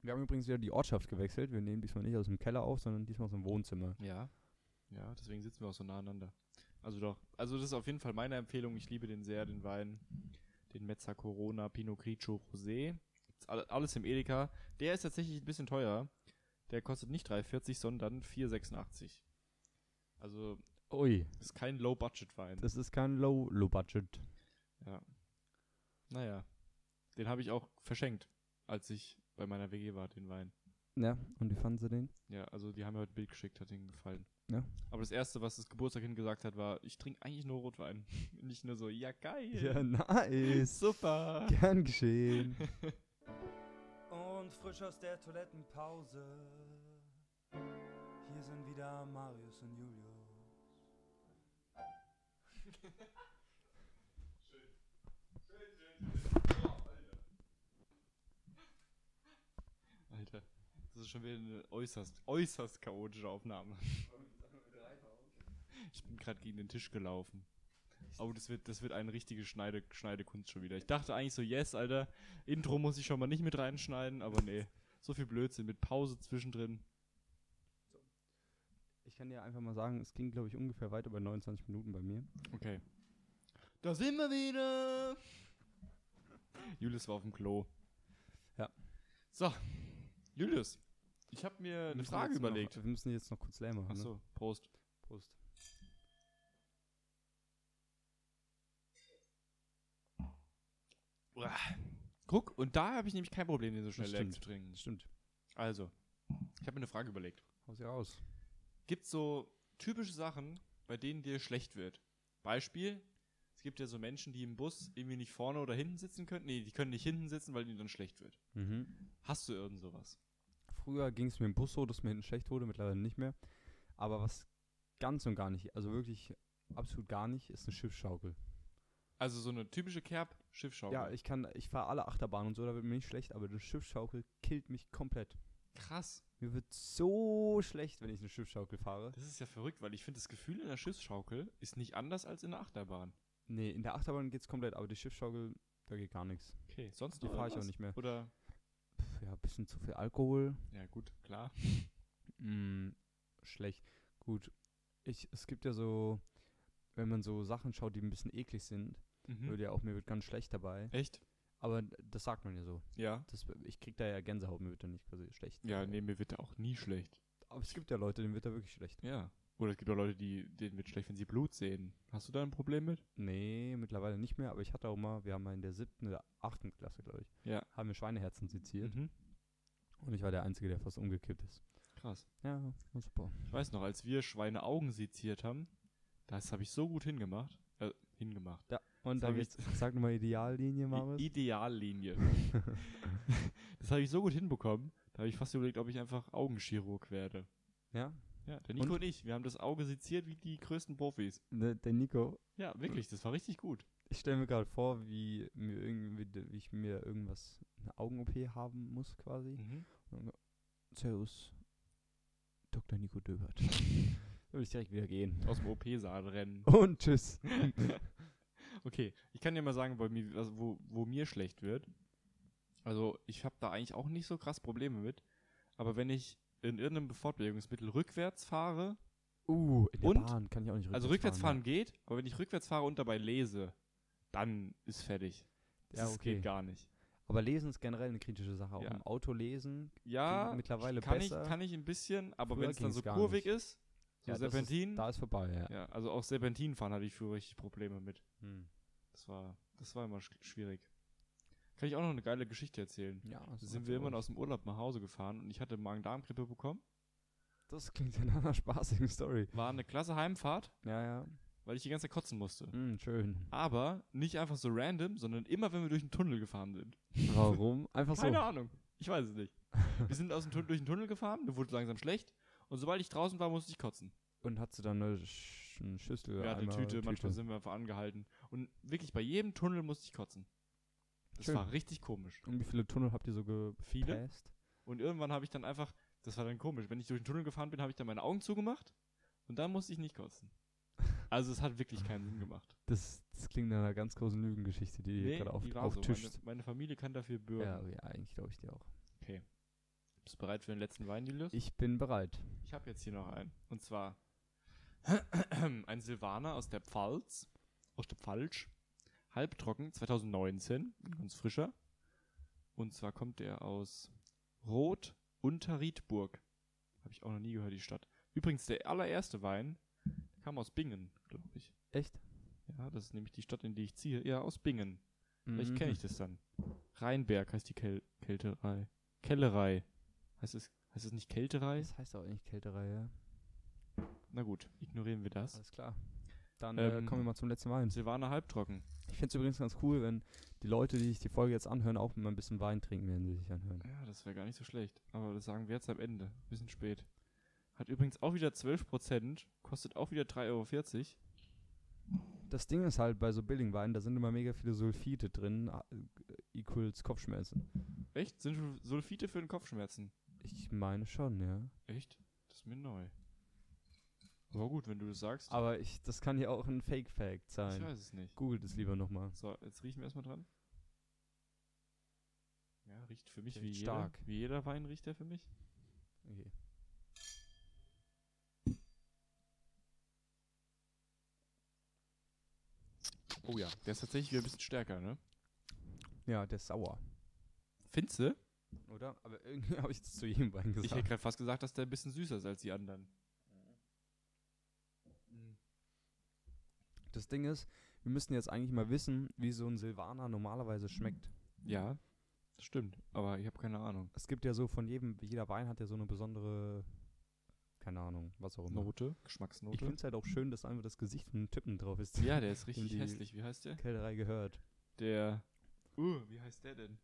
S3: Wir haben übrigens wieder die Ortschaft gewechselt. Wir nehmen diesmal nicht aus dem Keller auf, sondern diesmal aus dem Wohnzimmer.
S2: Ja. Ja, deswegen sitzen wir auch so nah aneinander. Also doch, also das ist auf jeden Fall meine Empfehlung. Ich liebe den sehr, den Wein. Den Mezza Corona Pinot Grigio Rosé. Gibt's alle- alles im Edeka. Der ist tatsächlich ein bisschen teurer. Der kostet nicht 3,40, sondern 4,86. Also
S3: Ui,
S2: ist kein Low-Budget-Wein.
S3: das ist kein Low, Low Budget.
S2: Naja, den habe ich auch verschenkt, als ich bei meiner WG war, den Wein.
S3: Ja, und wie fanden sie den?
S2: Ja, also die haben mir heute ein Bild geschickt, hat ihnen gefallen.
S3: Ja.
S2: Aber das Erste, was das Geburtstagkind gesagt hat, war, ich trinke eigentlich nur Rotwein. Nicht nur so, ja geil.
S3: nice.
S2: Super.
S3: Gern geschehen.
S1: Und frisch aus der Toilettenpause. Hier sind wieder Marius und Julius.
S2: Alter, das ist schon wieder eine äußerst, äußerst chaotische Aufnahme. Ich bin gerade gegen den Tisch gelaufen. Aber das wird, das wird eine richtige Schneide, Schneidekunst schon wieder. Ich dachte eigentlich so, yes, Alter, Intro muss ich schon mal nicht mit reinschneiden, aber nee. So viel Blödsinn mit Pause zwischendrin.
S3: Ich kann dir einfach mal sagen, es ging, glaube ich, ungefähr weiter bei 29 Minuten bei mir.
S2: Okay. Da sind wir wieder. Julius war auf dem Klo.
S3: Ja.
S2: So, Julius, ich habe mir
S3: Wir
S2: eine
S3: müssen
S2: Frage
S3: jetzt noch-
S2: überlegt.
S3: Wir müssen jetzt noch kurz leer machen. Ne?
S2: Achso, Prost.
S3: Prost.
S2: Guck, und da habe ich nämlich kein Problem, den so schnell
S3: Das
S2: leer zu
S3: stimmt.
S2: trinken.
S3: Stimmt.
S2: Also, ich habe mir eine Frage überlegt.
S3: Hau sie raus.
S2: Gibt so typische Sachen, bei denen dir schlecht wird? Beispiel, es gibt ja so Menschen, die im Bus irgendwie nicht vorne oder hinten sitzen können. Nee, die können nicht hinten sitzen, weil ihnen dann schlecht wird.
S3: Mhm.
S2: Hast du irgend sowas?
S3: Früher ging es mir im Bus so, dass mir hinten schlecht wurde, mittlerweile nicht mehr. Aber was ganz und gar nicht, also wirklich absolut gar nicht, ist eine Schiffsschaukel.
S2: Also so eine typische Kerb-Schiffschaukel.
S3: Ja, ich kann, ich fahre alle Achterbahnen und so, da wird mir nicht schlecht, aber eine Schiffsschaukel killt mich komplett.
S2: Krass.
S3: Mir wird so schlecht, wenn ich eine Schiffsschaukel fahre.
S2: Das ist ja verrückt, weil ich finde, das Gefühl in der Schiffsschaukel ist nicht anders als in der Achterbahn.
S3: Nee, in der Achterbahn geht's komplett, aber die Schiffsschaukel, da geht gar nichts.
S2: Okay. Sonst
S3: Die
S2: noch
S3: fahre ich auch
S2: irgendwas?
S3: nicht mehr.
S2: Oder,
S3: Pff, ja, bisschen zu viel Alkohol.
S2: ja gut, klar.
S3: Mm, schlecht. Gut. Ich, es gibt ja so, wenn man so Sachen schaut, die ein bisschen eklig sind,
S2: Hm?
S3: würde ja auch, mir wird ganz schlecht dabei.
S2: Echt?
S3: Aber das sagt man ja so.
S2: Ja.
S3: Das, ich krieg da ja Gänsehaut, mir wird da nicht quasi schlecht.
S2: Ja, nee, mir wird da auch nie schlecht.
S3: Aber es gibt ja Leute, denen wird da wirklich schlecht.
S2: Ja. Oder es gibt auch Leute, die, denen wird schlecht, wenn sie Blut sehen. Hast du da ein Problem mit?
S3: Nee, mittlerweile nicht mehr, aber ich hatte auch mal, wir haben mal in der siebten oder achten Klasse, glaube ich,
S2: Ja. Mhm.
S3: haben wir Schweineherzen seziert und ich war der Einzige, der fast umgekippt ist.
S2: Krass.
S3: Ja, war super.
S2: Ich weiß noch, als wir Schweineaugen seziert haben, das habe ich so gut hingemacht. Äh, hingemacht.
S3: Ja, und
S2: Das hab
S3: dann
S2: ich-
S3: jetzt, sag nochmal Ideallinie, Marius.
S2: I Ideallinie. das habe ich so gut hinbekommen, da habe ich fast überlegt, ob ich einfach Augenchirurg werde.
S3: ja,
S2: Ja, der Nico und?
S3: Und?
S2: ich, wir haben das Auge seziert wie die größten Profis.
S3: der, der Nico,
S2: Ja, wirklich, das war richtig gut.
S3: ich stelle mir gerade vor, wie, mir irgendwie, wie ich mir irgendwas, eine Augen-OP haben muss quasi.
S2: Mhm.
S3: Servus, Dr. Nico Döbert. Würde ich direkt wieder gehen.
S2: Aus dem OP-Saal rennen.
S3: Und tschüss.
S2: Okay, ich kann dir mal sagen, bei mir, also wo, wo mir schlecht wird. Also, ich habe da eigentlich auch nicht so krass Probleme mit. Aber wenn ich in irgendeinem Fortbewegungsmittel rückwärts fahre,
S3: Uh, in der
S2: Und?
S3: Bahn kann ich auch nicht rückwärts
S2: also rückwärts fahren
S3: fahren.
S2: geht, aber wenn ich rückwärts fahre und dabei lese, dann ist fertig. Das
S3: Ja,
S2: ist-
S3: okay.
S2: geht gar nicht.
S3: Aber lesen ist generell eine kritische Sache. Auch
S2: Ja.
S3: im Auto lesen.
S2: Ja,
S3: Ging mittlerweile
S2: kann
S3: besser.
S2: ich kann ich ein bisschen, aber
S3: Früher
S2: wenn es dann
S3: ging's
S2: so
S3: gar
S2: kurvig
S3: nicht.
S2: ist, so
S3: Ja, das ist-
S2: Serpentin,
S3: Da ist vorbei, ja.
S2: Ja, also auch Serpentin fahren hatte ich früher richtig Probleme mit.
S3: Hm.
S2: Das war, das war immer sch schwierig. Kann ich auch noch eine geile Geschichte erzählen.
S3: ja
S2: Da sind wir immer aus dem Urlaub nach Hause gefahren und ich hatte Magen-Darm-Grippe bekommen.
S3: Das klingt ja nach einer spaßigen Story.
S2: War eine klasse Heimfahrt
S3: Ja, ja.
S2: weil ich die ganze Zeit kotzen musste.
S3: Mm, schön.
S2: Aber nicht einfach so random, sondern immer, wenn wir durch einen Tunnel gefahren sind.
S3: Warum? Einfach so.
S2: Keine Ahnung. Ich weiß es nicht. Wir sind aus dem Tunnel, durch den Tunnel gefahren, mir wurde langsam schlecht. Und sobald ich draußen war, musste ich kotzen.
S3: Und hat sie dann eine, Sch eine Schüssel?
S2: Wir hatten eine
S3: Eimer,
S2: Tüte, manchmal sind wir einfach angehalten. Und wirklich bei jedem Tunnel musste ich kotzen. Das
S3: Schön.
S2: war richtig komisch.
S3: Und wie viele Tunnel habt ihr so gepasst?
S2: Viele. Und irgendwann habe ich dann einfach, das war dann komisch, wenn ich durch den Tunnel gefahren bin, habe ich dann meine Augen zugemacht und dann musste ich nicht kotzen. Also es hat wirklich keinen Sinn gemacht.
S3: Das, das klingt nach einer ganz großen Lügengeschichte, die ihr gerade auf,
S2: die war
S3: auf
S2: so.
S3: Tisch.
S2: Meine, meine Familie kann dafür bürgen.
S3: Ja, ja, eigentlich glaube ich dir auch.
S2: Okay. Bist du bereit für den letzten Wein, Julius?
S3: Ich bin bereit.
S2: Ich habe jetzt hier noch einen. Und zwar ein Silvaner aus der Pfalz. Aus der Pfalz. Halbtrocken, 2019. Ganz frischer. Und zwar kommt der aus Roth unter Riedburg. Habe ich auch noch nie gehört, die Stadt. Übrigens, der allererste Wein kam aus Bingen, glaube ich.
S3: Echt?
S2: Ja, das ist nämlich die Stadt, in die ich ziehe. Ja, aus Bingen.
S3: Mhm.
S2: Vielleicht kenne ich das dann. Rheinberg heißt die Kel Kälterei. Kellerei. Heißt es, heißt es nicht Kälterei?
S3: Das heißt auch eigentlich Kälterei, ja.
S2: Na gut, ignorieren wir das.
S3: Alles klar. Dann
S2: Ähm,
S3: äh, kommen wir mal zum letzten Wein.
S2: Silvaner halbtrocken.
S3: Ich finde es übrigens ganz cool, wenn die Leute, die sich die Folge jetzt anhören, auch mal ein bisschen Wein trinken, wenn sie sich anhören.
S2: Ja, das wäre gar nicht so schlecht. Aber das sagen wir jetzt am Ende. Bisschen spät. Hat übrigens auch wieder 12%, kostet auch wieder 3,40 Euro.
S3: Das Ding ist halt bei so Billingweinen, da sind immer mega viele Sulfite drin, a- äh, equals Kopfschmerzen.
S2: Echt? Sind Sul- Sulfite für den Kopfschmerzen?
S3: Ich meine schon, ja.
S2: Echt? Das ist mir neu. Aber gut, wenn du das sagst.
S3: Aber ich, das kann ja auch ein Fake Fact
S2: ich
S3: sein.
S2: weiß es nicht.
S3: Googelt es lieber nochmal.
S2: So, jetzt riechen wir erstmal dran. Ja, riecht für mich
S3: Der
S2: wie
S3: riecht
S2: jeder.
S3: stark.
S2: Wie jeder Wein riecht der für mich.
S3: Okay.
S2: Oh ja, der ist tatsächlich wieder ein bisschen stärker, ne?
S3: Ja, der ist sauer,
S2: Findest du?
S3: oder? Aber irgendwie habe ich das zu jedem Wein
S2: Ich hätte gerade fast gesagt, dass der ein bisschen süßer ist als die anderen.
S3: das Ding ist, wir müssen jetzt eigentlich mal wissen, wie so ein Silvaner normalerweise schmeckt.
S2: Ja, das stimmt. Aber ich habe keine Ahnung.
S3: Es gibt ja so von jedem, jeder Wein hat ja so eine besondere, keine Ahnung, was auch immer. Ich
S2: Note,
S3: finde
S2: Geschmacksnote.
S3: es halt auch schön, dass einfach das Gesicht von den Typen drauf ist.
S2: Ja, der ist richtig
S3: die-
S2: hässlich. Wie heißt der?
S3: Kälterei gehört.
S2: Der. Uh, wie heißt der denn?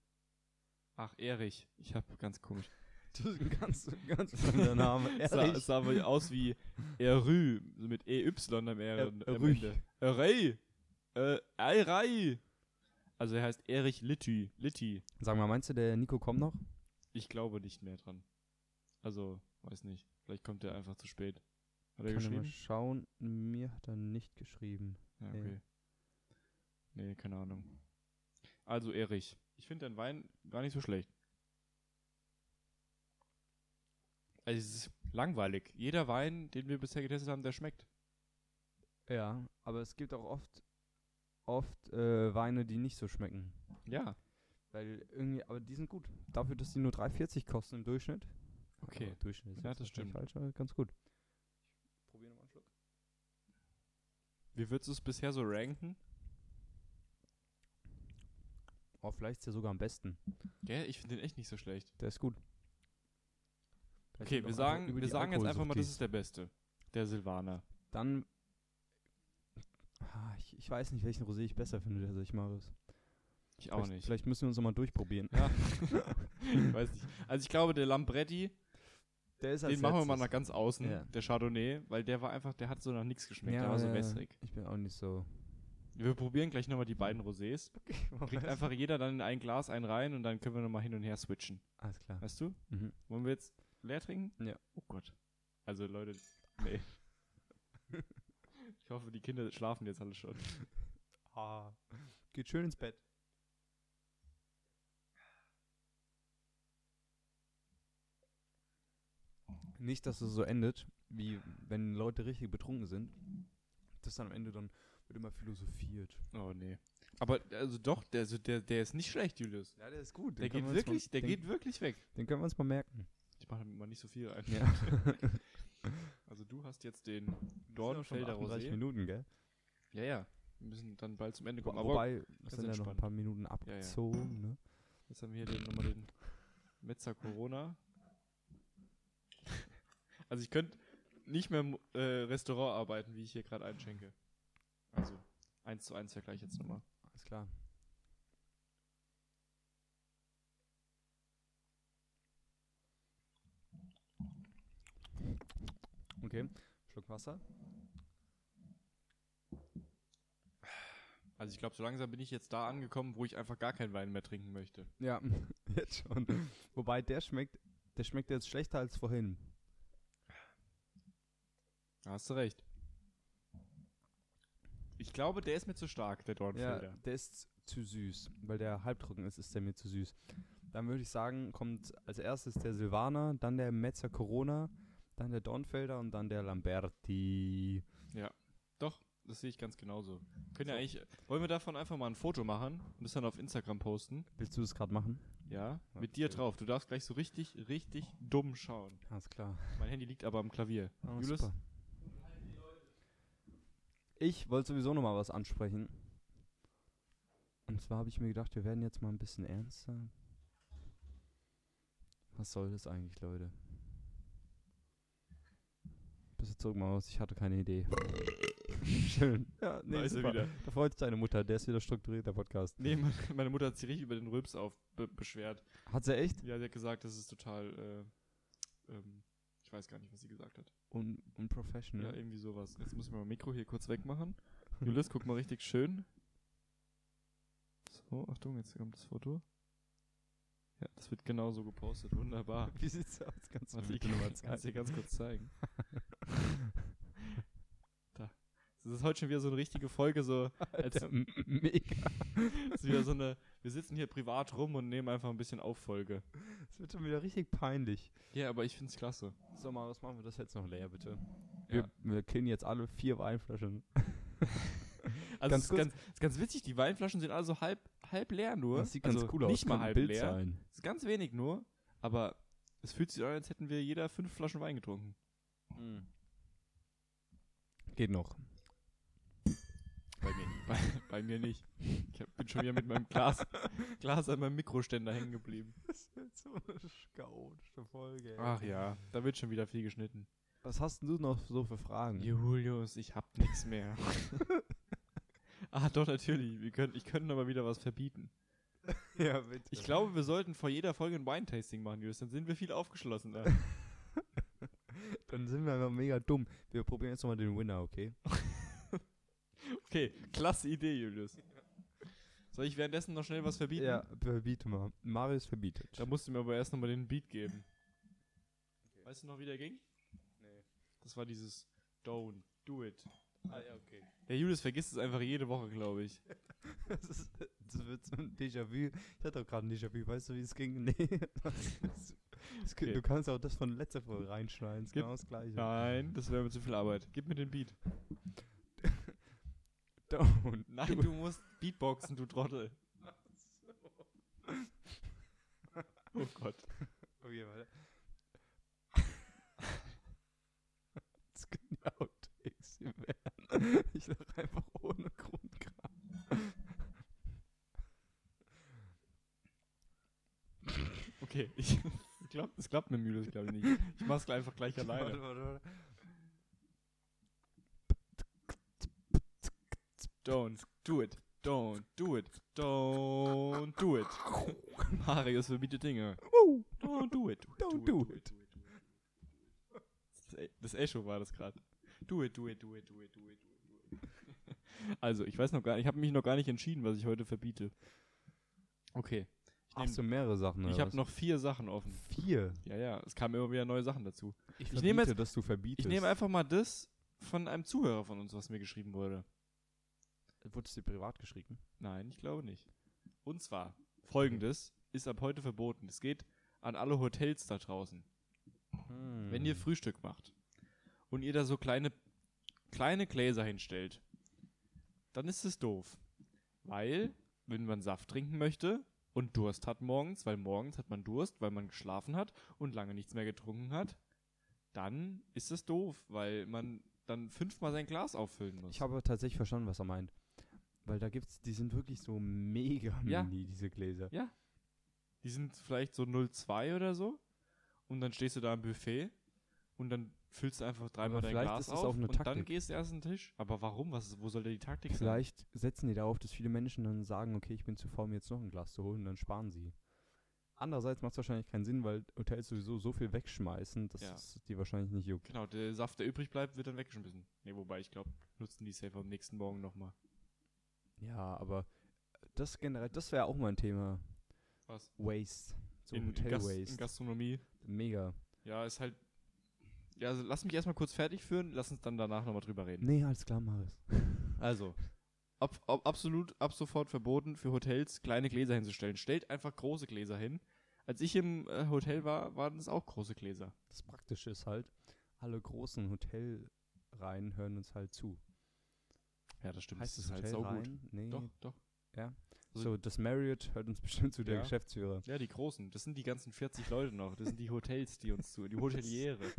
S2: Ach, Erich. Ich habe ganz komisch.
S3: Das ist ein ganz, ganz fremder Name.
S2: Sah,
S3: Ehrlich.
S2: sah aber aus wie Erü, so mit EY am, er
S3: Er-
S2: am
S3: Erü.
S2: Ende. Erei. Äh, Erei. Also er heißt Erich Litti. Litti.
S3: Sag mal, meinst du, der Nico kommt noch?
S2: Ich glaube nicht mehr dran. Also, weiß nicht. Vielleicht kommt er einfach zu spät. Hat er
S3: Kann ja mal
S2: geschrieben?
S3: schauen. Mir hat er nicht geschrieben.
S2: Ja,
S3: Nee.
S2: okay. Nee, keine Ahnung. Also, Erich, ich finde deinen Wein gar nicht so schlecht. Also, es ist langweilig. Jeder Wein, den wir bisher getestet haben, der schmeckt.
S3: Ja, aber es gibt auch oft, oft äh, Weine, die nicht so schmecken.
S2: Ja.
S3: Weil irgendwie, aber die sind gut. Dafür, dass die nur 3,40 kosten im Durchschnitt.
S2: Okay.
S3: Aber Durchschnitt ist
S2: Ja,
S3: jetzt
S2: das
S3: wahrscheinlich
S2: stimmt.
S3: falsch, aber ganz gut. Ich probiere nochmal einen Schluck.
S2: Wie würdest du es bisher so ranken?
S3: Oh, vielleicht ist der sogar am besten.
S2: Gell, ich finde den echt nicht so schlecht.
S3: Der ist gut. Vielleicht
S2: Okay,
S3: sind auch
S2: wir
S3: einfach
S2: sagen,
S3: über
S2: wir
S3: die
S2: sagen jetzt einfach mal, das
S3: Alkoholsuchtis.
S2: ist der Beste. Der Silvaner.
S3: Dann. Ah, Ich, ich weiß nicht, welchen Rosé ich besser finde, also ich mache es.
S2: Ich auch
S3: vielleicht,
S2: nicht.
S3: Vielleicht müssen wir uns nochmal durchprobieren.
S2: Ja. ich weiß nicht. Also, ich glaube, der Lambretti,
S3: Der ist
S2: den machen wir mal nach ganz außen,
S3: Ja.
S2: der Chardonnay, weil der war einfach, der hat so nach nichts geschmeckt.
S3: Ja,
S2: der war so
S3: ja, ja.
S2: wässrig.
S3: Ich bin auch nicht so.
S2: Wir probieren gleich nochmal die beiden Rosés. Kriegt einfach jeder dann in ein Glas einen rein und dann können wir nochmal hin und her switchen.
S3: Alles klar.
S2: Weißt du?
S3: Mhm.
S2: Wollen wir jetzt leer trinken?
S3: Ja.
S2: Oh Gott. Also Leute, nee. ich hoffe, die Kinder schlafen jetzt alle schon.
S3: Ah. Geht schön ins Bett. Nicht, dass es so endet, wie wenn Leute richtig betrunken sind. Das dann am Ende dann wird immer philosophiert.
S2: Oh nee. Aber also doch, der, also der, der ist nicht schlecht, Julius.
S3: Ja, der ist gut.
S2: Der geht wirklich, der
S3: den,
S2: geht wirklich weg.
S3: Den können wir uns mal merken.
S2: Ich mache mal nicht so viel rein.
S3: Ja.
S2: Also du hast jetzt den Dornfelder Rosé.
S3: Minuten, gell?
S2: Ja, ja. Wir müssen dann bald zum Ende kommen. Aber
S3: Wobei, es sind ja noch ein
S2: entspannt.
S3: paar Minuten abgezogen, ne?
S2: Jetzt haben wir hier den, nochmal den Metzer Corona. Also ich könnte nicht mehr im äh, Restaurant arbeiten, wie ich hier gerade einschenke. Also 1 zu 1 Vergleich jetzt nochmal.
S3: Alles klar. Okay, Schluck Wasser.
S2: Also ich glaube, so langsam bin ich jetzt da angekommen, wo ich einfach gar keinen Wein mehr trinken möchte.
S3: Ja, jetzt schon. Wobei der schmeckt, der schmeckt jetzt schlechter als vorhin.
S2: Da hast du recht. Ich glaube, der ist mir zu stark, der
S3: Ja,
S2: Dornfelder.
S3: der ist zu süß. Weil der halbtrocken ist, ist der mir zu süß. Dann würde ich sagen, kommt als erstes der Silvaner, dann der Metzer Corona, dann der Dornfelder und dann der Lamberti.
S2: Doch, das sehe ich ganz genauso. Können ja eigentlich, wollen wir davon einfach mal ein Foto machen und das dann auf Instagram posten?
S3: Willst du das gerade machen?
S2: Ja, äh,
S3: Ja,
S2: mit dir
S3: okay.
S2: drauf. Du darfst gleich so richtig, richtig dumm schauen.
S3: Alles klar.
S2: Mein Handy liegt aber am Klavier.
S3: Ah,
S2: Julius?
S3: super. Ich wollte sowieso noch mal was ansprechen. Und zwar habe ich mir gedacht, wir werden jetzt mal ein bisschen ernster. Was soll das eigentlich, Leute? Bist du zurück, Maus? Ich hatte keine Idee. Schön. Ja,
S2: Da
S3: nee,
S2: ist er
S3: super.
S2: wieder.
S3: Da freut sich deine Mutter. Der ist wieder strukturiert, der Podcast.
S2: Nee, meine, meine Mutter hat sich richtig über den Rülps auf be beschwert.
S3: Hat sie echt?
S2: Ja, sie hat gesagt, das ist total, äh, ähm, ich weiß gar nicht, was sie gesagt hat.
S3: Un
S2: Ja,
S3: unprofessional.
S2: irgendwie sowas. Jetzt muss ich mal mein Mikro hier kurz wegmachen. Julius, guck mal richtig schön. So, Achtung, jetzt kommt das Foto. Ja, das wird genauso gepostet. Wunderbar.
S3: Wie sieht's aus? Ganz
S2: Warte, ich kann es dir ganz kurz zeigen. da. Das ist heute schon wieder so eine richtige Folge, so als
S3: Mega.
S2: ist wieder so eine. Wir sitzen hier privat rum und nehmen einfach ein bisschen Auffolge.
S3: Es wird schon wieder richtig peinlich.
S2: Ja, aber ich find's klasse.
S3: So, Marius, machen wir das jetzt noch leer, bitte. Wir,
S2: Ja.
S3: wir killen jetzt alle vier Weinflaschen.
S2: Also
S3: Ganz
S2: es ist,
S3: kurz-
S2: ganz, ist ganz witzig, die Weinflaschen sind also halb, halb leer nur. also Nicht mal
S3: Kann ein
S2: halb
S3: Bild
S2: leer.
S3: sein.
S2: Ist ganz wenig nur, aber es fühlt sich an, als hätten wir jeder fünf Flaschen Wein getrunken.
S3: Hm. Geht noch.
S2: Bei mir, bei, bei mir nicht. Ich hab, bin schon wieder mit meinem Glas, Glas an meinem Mikroständer hängen geblieben.
S3: Das ist jetzt so eine chaotische Folge.
S2: Ach ja, da wird schon wieder viel geschnitten.
S3: Was hast denn du noch so für Fragen?
S2: Julius, ich hab nichts mehr. ah, doch, natürlich. Wir können, ich könnte aber wieder was verbieten.
S3: ja, bitte.
S2: Ich glaube, wir sollten vor jeder Folge ein Wine-Tasting machen, Julius. Dann sind wir viel aufgeschlossener.
S3: Dann sind wir aber mega dumm. Wir probieren jetzt nochmal den Winner, okay?
S2: Okay, klasse Idee, Julius. Soll ich währenddessen noch schnell was verbieten?
S3: Ja, verbiete mal. Marius verbietet.
S2: Da musst du mir aber erst nochmal den Beat geben. Weißt du noch, wie der ging? Nee. Das war dieses Don't, do it. Ah, ja, okay. Der Julius vergisst es einfach jede Woche, glaube ich.
S3: Das, ist, das wird so ein Déjà-vu. Ich hatte auch gerade ein Déjà-vu. Weißt du, wie es ging? Nee. Das, das,
S2: Okay.
S3: Du kannst auch das von letzter Folge reinschneiden. Ist
S2: Gibt-
S3: genau das Gleiche.
S2: Nein, das wäre mir zu viel Arbeit. Gib mir den Beat.
S3: Don't.
S2: Nein, du, musst Beatboxen, du Trottel. Oh Gott.
S3: Okay, warte. das können ja Outtakes hier werden. Ich lache einfach ohne Grund gerade.
S2: Okay, ich ich glaub, das klappt mit dem Julius, glaube ich, nicht. Ich mach's gleich- einfach gleich alleine.
S3: Warte, warte, warte.
S2: Don't do it. Don't do it. Don't do it. Marius verbiete Dinge.
S3: Uh,
S2: Don't do it.
S3: Don't do it.
S2: Das E- Das Echo war das gerade. Do it, do it, do it, do it, do it, do it, do it. Also, ich weiß noch gar nicht, ich habe mich noch gar nicht entschieden, was ich heute verbiete. Okay. Ich, nehm-
S3: Hast du mehrere Sachen?
S2: ich
S3: oder
S2: habe
S3: Ne, was?
S2: noch vier Sachen offen.
S3: vier.
S2: Ja, ja, es kamen immer wieder neue Sachen dazu.
S3: Ich,
S2: Ich nehme
S3: verbiete, dass du verbietest.
S2: Ich nehme einfach mal das von einem Zuhörer von uns, was mir geschrieben wurde.
S3: Wurde es dir privat geschrieben?
S2: Nein, ich glaube nicht. Und zwar, folgendes ist ab heute verboten. Es geht an alle Hotels da draußen.
S3: Hm.
S2: Wenn ihr Frühstück macht und ihr da so kleine, kleine Gläser hinstellt, dann ist es doof. Weil, wenn man Saft trinken möchte und Durst hat morgens, weil morgens hat man Durst, weil man geschlafen hat und lange nichts mehr getrunken hat, dann ist es doof, weil man dann fünfmal sein Glas auffüllen muss.
S3: Ich habe tatsächlich verstanden, was er meint. Weil da gibt's, die sind wirklich so mega
S2: Ja.
S3: mini, diese Gläser.
S2: Die sind vielleicht so 0,2 oder so und dann stehst du da am Buffet und dann füllst du einfach dreimal dein
S3: vielleicht
S2: Glas
S3: ist es
S2: auf
S3: auch eine
S2: und dann
S3: Taktik.
S2: gehst du erst an den Tisch. Aber warum? Was ist, wo soll da die Taktik sein?
S3: Vielleicht setzen die darauf, dass viele Menschen dann sagen, okay, ich bin zu faul, mir jetzt noch ein Glas zu holen, und dann sparen sie. Andererseits macht es wahrscheinlich keinen Sinn, weil Hotels sowieso so viel wegschmeißen, dass
S2: Ja.
S3: es die wahrscheinlich nicht juckt.
S2: Genau, der Saft, der übrig bleibt, wird dann weggeschmissen. Ne, wobei ich glaube, nutzen die safe am nächsten Morgen nochmal.
S3: Ja, aber das generell, das wäre auch mal ein Thema.
S2: Was?
S3: Waste. So
S2: in, in,
S3: Hotel
S2: Gas in
S3: Waste.
S2: Gastronomie.
S3: Mega.
S2: Ja, ist halt. Ja, also lass mich erstmal kurz fertig führen, lass uns dann danach nochmal drüber reden.
S3: Nee, alles klar, Maris.
S2: Also, ab, ab, absolut ab sofort verboten für Hotels kleine Gläser hinzustellen. Stellt einfach große Gläser hin. Als ich im äh, Hotel war, waren es auch große Gläser.
S3: Das Praktische ist halt, alle großen Hotelreihen hören uns halt zu.
S2: Ja, das stimmt.
S3: Heißt
S2: das
S3: es
S2: ist halt
S3: Hotel
S2: saugut.
S3: Nee.
S2: Doch, doch.
S3: So, das Marriott hört uns bestimmt zu, der
S2: Ja.
S3: Geschäftsführer.
S2: Ja, die großen. Das sind die ganzen 40 Leute noch. Das sind die Hotels, die uns zu. Die Hoteliere.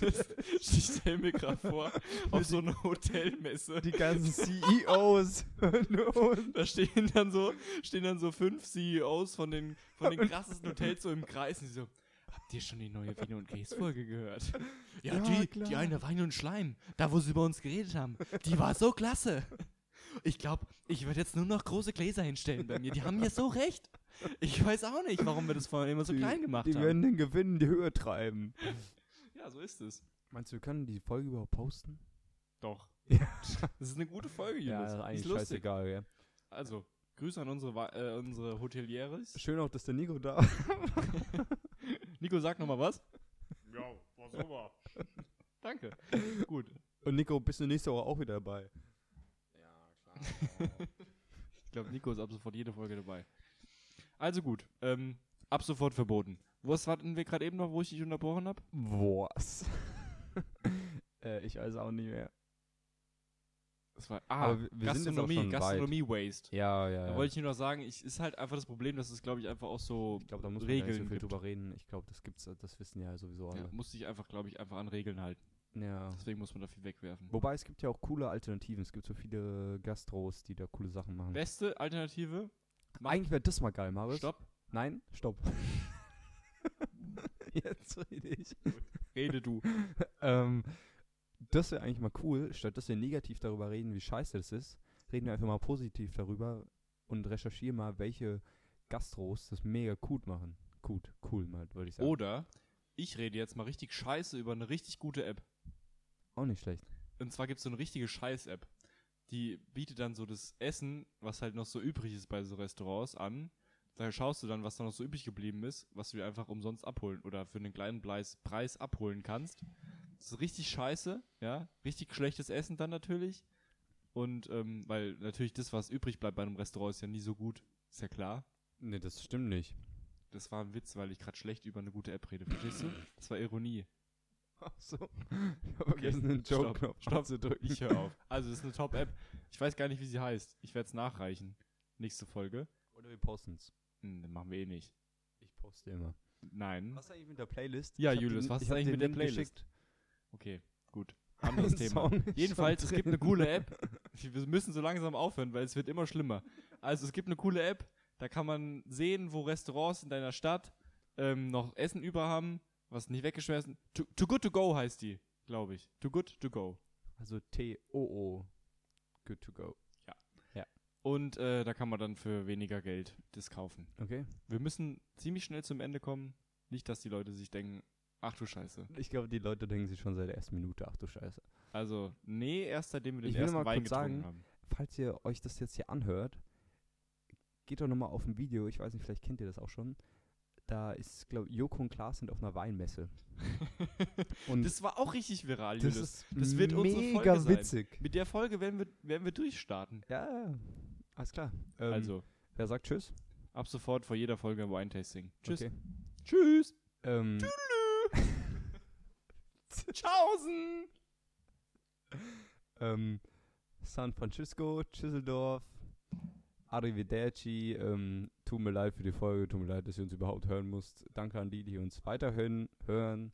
S2: Das, ich stelle mir gerade vor, auf so eine Hotelmesse.
S3: Die ganzen CEOs hören uns.
S2: Da stehen dann so, stehen dann so fünf CEOs von den, von den krassesten Hotels so im Kreis und die so, habt ihr schon die neue Wien und Case Folge gehört? Ja,
S3: Ja,
S2: die, die
S3: klar.
S2: eine Wein und Schleim, da wo sie über uns geredet haben, die war so klasse. Ich glaube, ich werde jetzt nur noch große Gläser hinstellen bei mir. Die haben ja so recht. Ich weiß auch nicht, warum wir das vorhin immer so
S3: Die-
S2: klein gemacht
S3: Die
S2: haben.
S3: werden den Gewinn in die Höhe treiben.
S2: Ja, so ist es.
S3: Meinst du, wir können die Folge überhaupt posten?
S2: Doch.
S3: Ja.
S2: Das ist eine gute Folge, Jonas. ist lustig.
S3: scheißegal, ja.
S2: Also, Grüße an unsere, Wa- äh, unsere Hotelieres.
S3: Schön auch, dass der Nico da war.
S2: Nico, sag nochmal was. Ja, war super. Danke. Gut.
S3: Und Nico, bist du nächste Woche auch wieder dabei?
S2: Ich glaube, Nico ist ab sofort jede Folge dabei. Also gut, ähm, ab sofort verboten. Was hatten wir gerade eben noch, wo ich dich unterbrochen habe?
S3: Was? äh, ich weiß auch nicht mehr.
S2: Das war ah,
S3: Aber wir- wir sind jetzt auch
S2: Gastronomie,
S3: schon weit.
S2: Gastronomie Waste.
S3: Ja, ja,
S2: Da wollte ich nur noch sagen, ich, ist halt einfach das Problem, dass es, glaube ich, einfach auch so
S3: ich glaube, da muss man gar
S2: Regeln
S3: nicht so viel
S2: gibt.
S3: drüber reden. Ich glaube, das gibt's, äh, das wissen ja sowieso
S2: Ja,
S3: alle.
S2: muss sich einfach, glaube ich, einfach an Regeln halten.
S3: Ja.
S2: Deswegen muss man da viel wegwerfen.
S3: Wobei es gibt ja auch coole Alternativen. Es gibt so viele Gastros, die da coole Sachen machen.
S2: Beste Alternative? macht-
S3: Eigentlich wäre das mal geil, Marius.
S2: Stopp.
S3: Nein, stopp. Jetzt rede ich.
S2: Rede du.
S3: Ähm, das wäre eigentlich mal cool. Statt dass wir negativ darüber reden, wie scheiße das ist, reden wir einfach mal positiv darüber und recherchieren mal, welche Gastros das mega gut machen. Gut, cool, mal, würde ich sagen.
S2: Oder ich rede jetzt mal richtig scheiße über eine richtig gute App.
S3: Auch nicht schlecht.
S2: Und zwar gibt es so eine richtige Scheiß-App. Die bietet dann so das Essen, was halt noch so übrig ist bei so Restaurants, an. Da schaust du dann, was da noch so übrig geblieben ist, was du dir einfach umsonst abholen oder für einen kleinen Bleis Preis abholen kannst. Das ist richtig scheiße, ja. Richtig schlechtes Essen dann natürlich. Und ähm, weil natürlich das, was übrig bleibt bei einem Restaurant, ist ja nie so gut. Ist ja klar.
S3: Nee, das stimmt nicht.
S2: Das war ein Witz, weil ich gerade schlecht über eine gute App rede. Verstehst du? Das war Ironie.
S3: Ach so. Ich habe vergessen, den Joke-Knopf
S2: stopp.
S3: abzudrücken.
S2: Ich höre auf. Also, das ist eine Top-App. Ich weiß gar nicht, wie sie heißt. Ich werde es nachreichen. Nächste Folge.
S3: Oder wir posten's.
S2: Hm, dann machen wir eh nicht.
S3: Ich poste immer.
S2: Nein.
S3: Was ist eigentlich mit der Playlist?
S2: Ja,
S3: Ich hab
S2: Julius,
S3: den-
S2: was
S3: ich
S2: ist
S3: hab
S2: eigentlich
S3: den
S2: mit der
S3: Link
S2: Playlist?
S3: geschickt.
S2: Okay, gut. Anderes
S3: Ein
S2: Thema.
S3: Song ist schon
S2: Jedenfalls, es gibt eine
S3: drin.
S2: coole App. Ich- Wir müssen so langsam aufhören, weil es wird immer schlimmer. Also, es gibt eine coole App. Da kann man sehen, wo Restaurants in deiner Stadt ähm, noch Essen über haben, was nicht weggeschmissen. Too, too Good To Go heißt die, glaube ich. Too Good To Go.
S3: Also T-O-O. Good to go.
S2: Und äh, da kann man dann für weniger Geld das kaufen.
S3: Okay.
S2: Wir müssen ziemlich schnell zum Ende kommen. Nicht, dass die Leute sich denken, ach du Scheiße.
S3: Ich glaube, die Leute denken sich schon seit der ersten Minute, ach du Scheiße.
S2: Also, nee, erst seitdem wir den
S3: Ich will
S2: ersten
S3: mal
S2: Wein
S3: kurz
S2: getrunken
S3: sagen,
S2: haben.
S3: falls ihr euch das jetzt hier anhört, geht doch nochmal auf ein Video, ich weiß nicht, vielleicht kennt ihr das auch schon. Da ist, glaube ich, Joko und Klaas sind auf einer Weinmesse. Und
S2: Das war auch richtig viral,
S3: das
S2: Julius.
S3: ist
S2: das wird unsere
S3: mega
S2: Folge sein.
S3: witzig.
S2: Mit der Folge werden wir, werden wir durchstarten.
S3: Ja, ja, alles klar. Ähm,
S2: also,
S3: Wer sagt Tschüss?
S2: ab sofort vor jeder Folge ein Wine-Tasting. Tschüss.
S3: Okay.
S2: Tschüss.
S3: Ähm,
S2: Tschaußen.
S3: ähm, San Francisco, Düsseldorf, Arrivederci. Ähm, tut mir leid für die Folge, tut mir leid, dass ihr uns überhaupt hören musst. Danke an die, die uns weiterhin hören.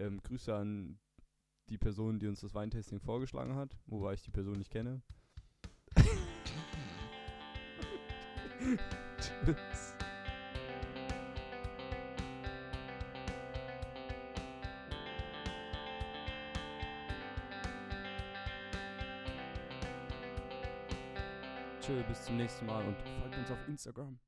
S3: Ähm, Grüße an die Person, die uns das Weintesting vorgeschlagen hat, wobei ich die Person nicht kenne. Tschüss. Tschö, bis zum nächsten Mal und folgt uns auf Instagram.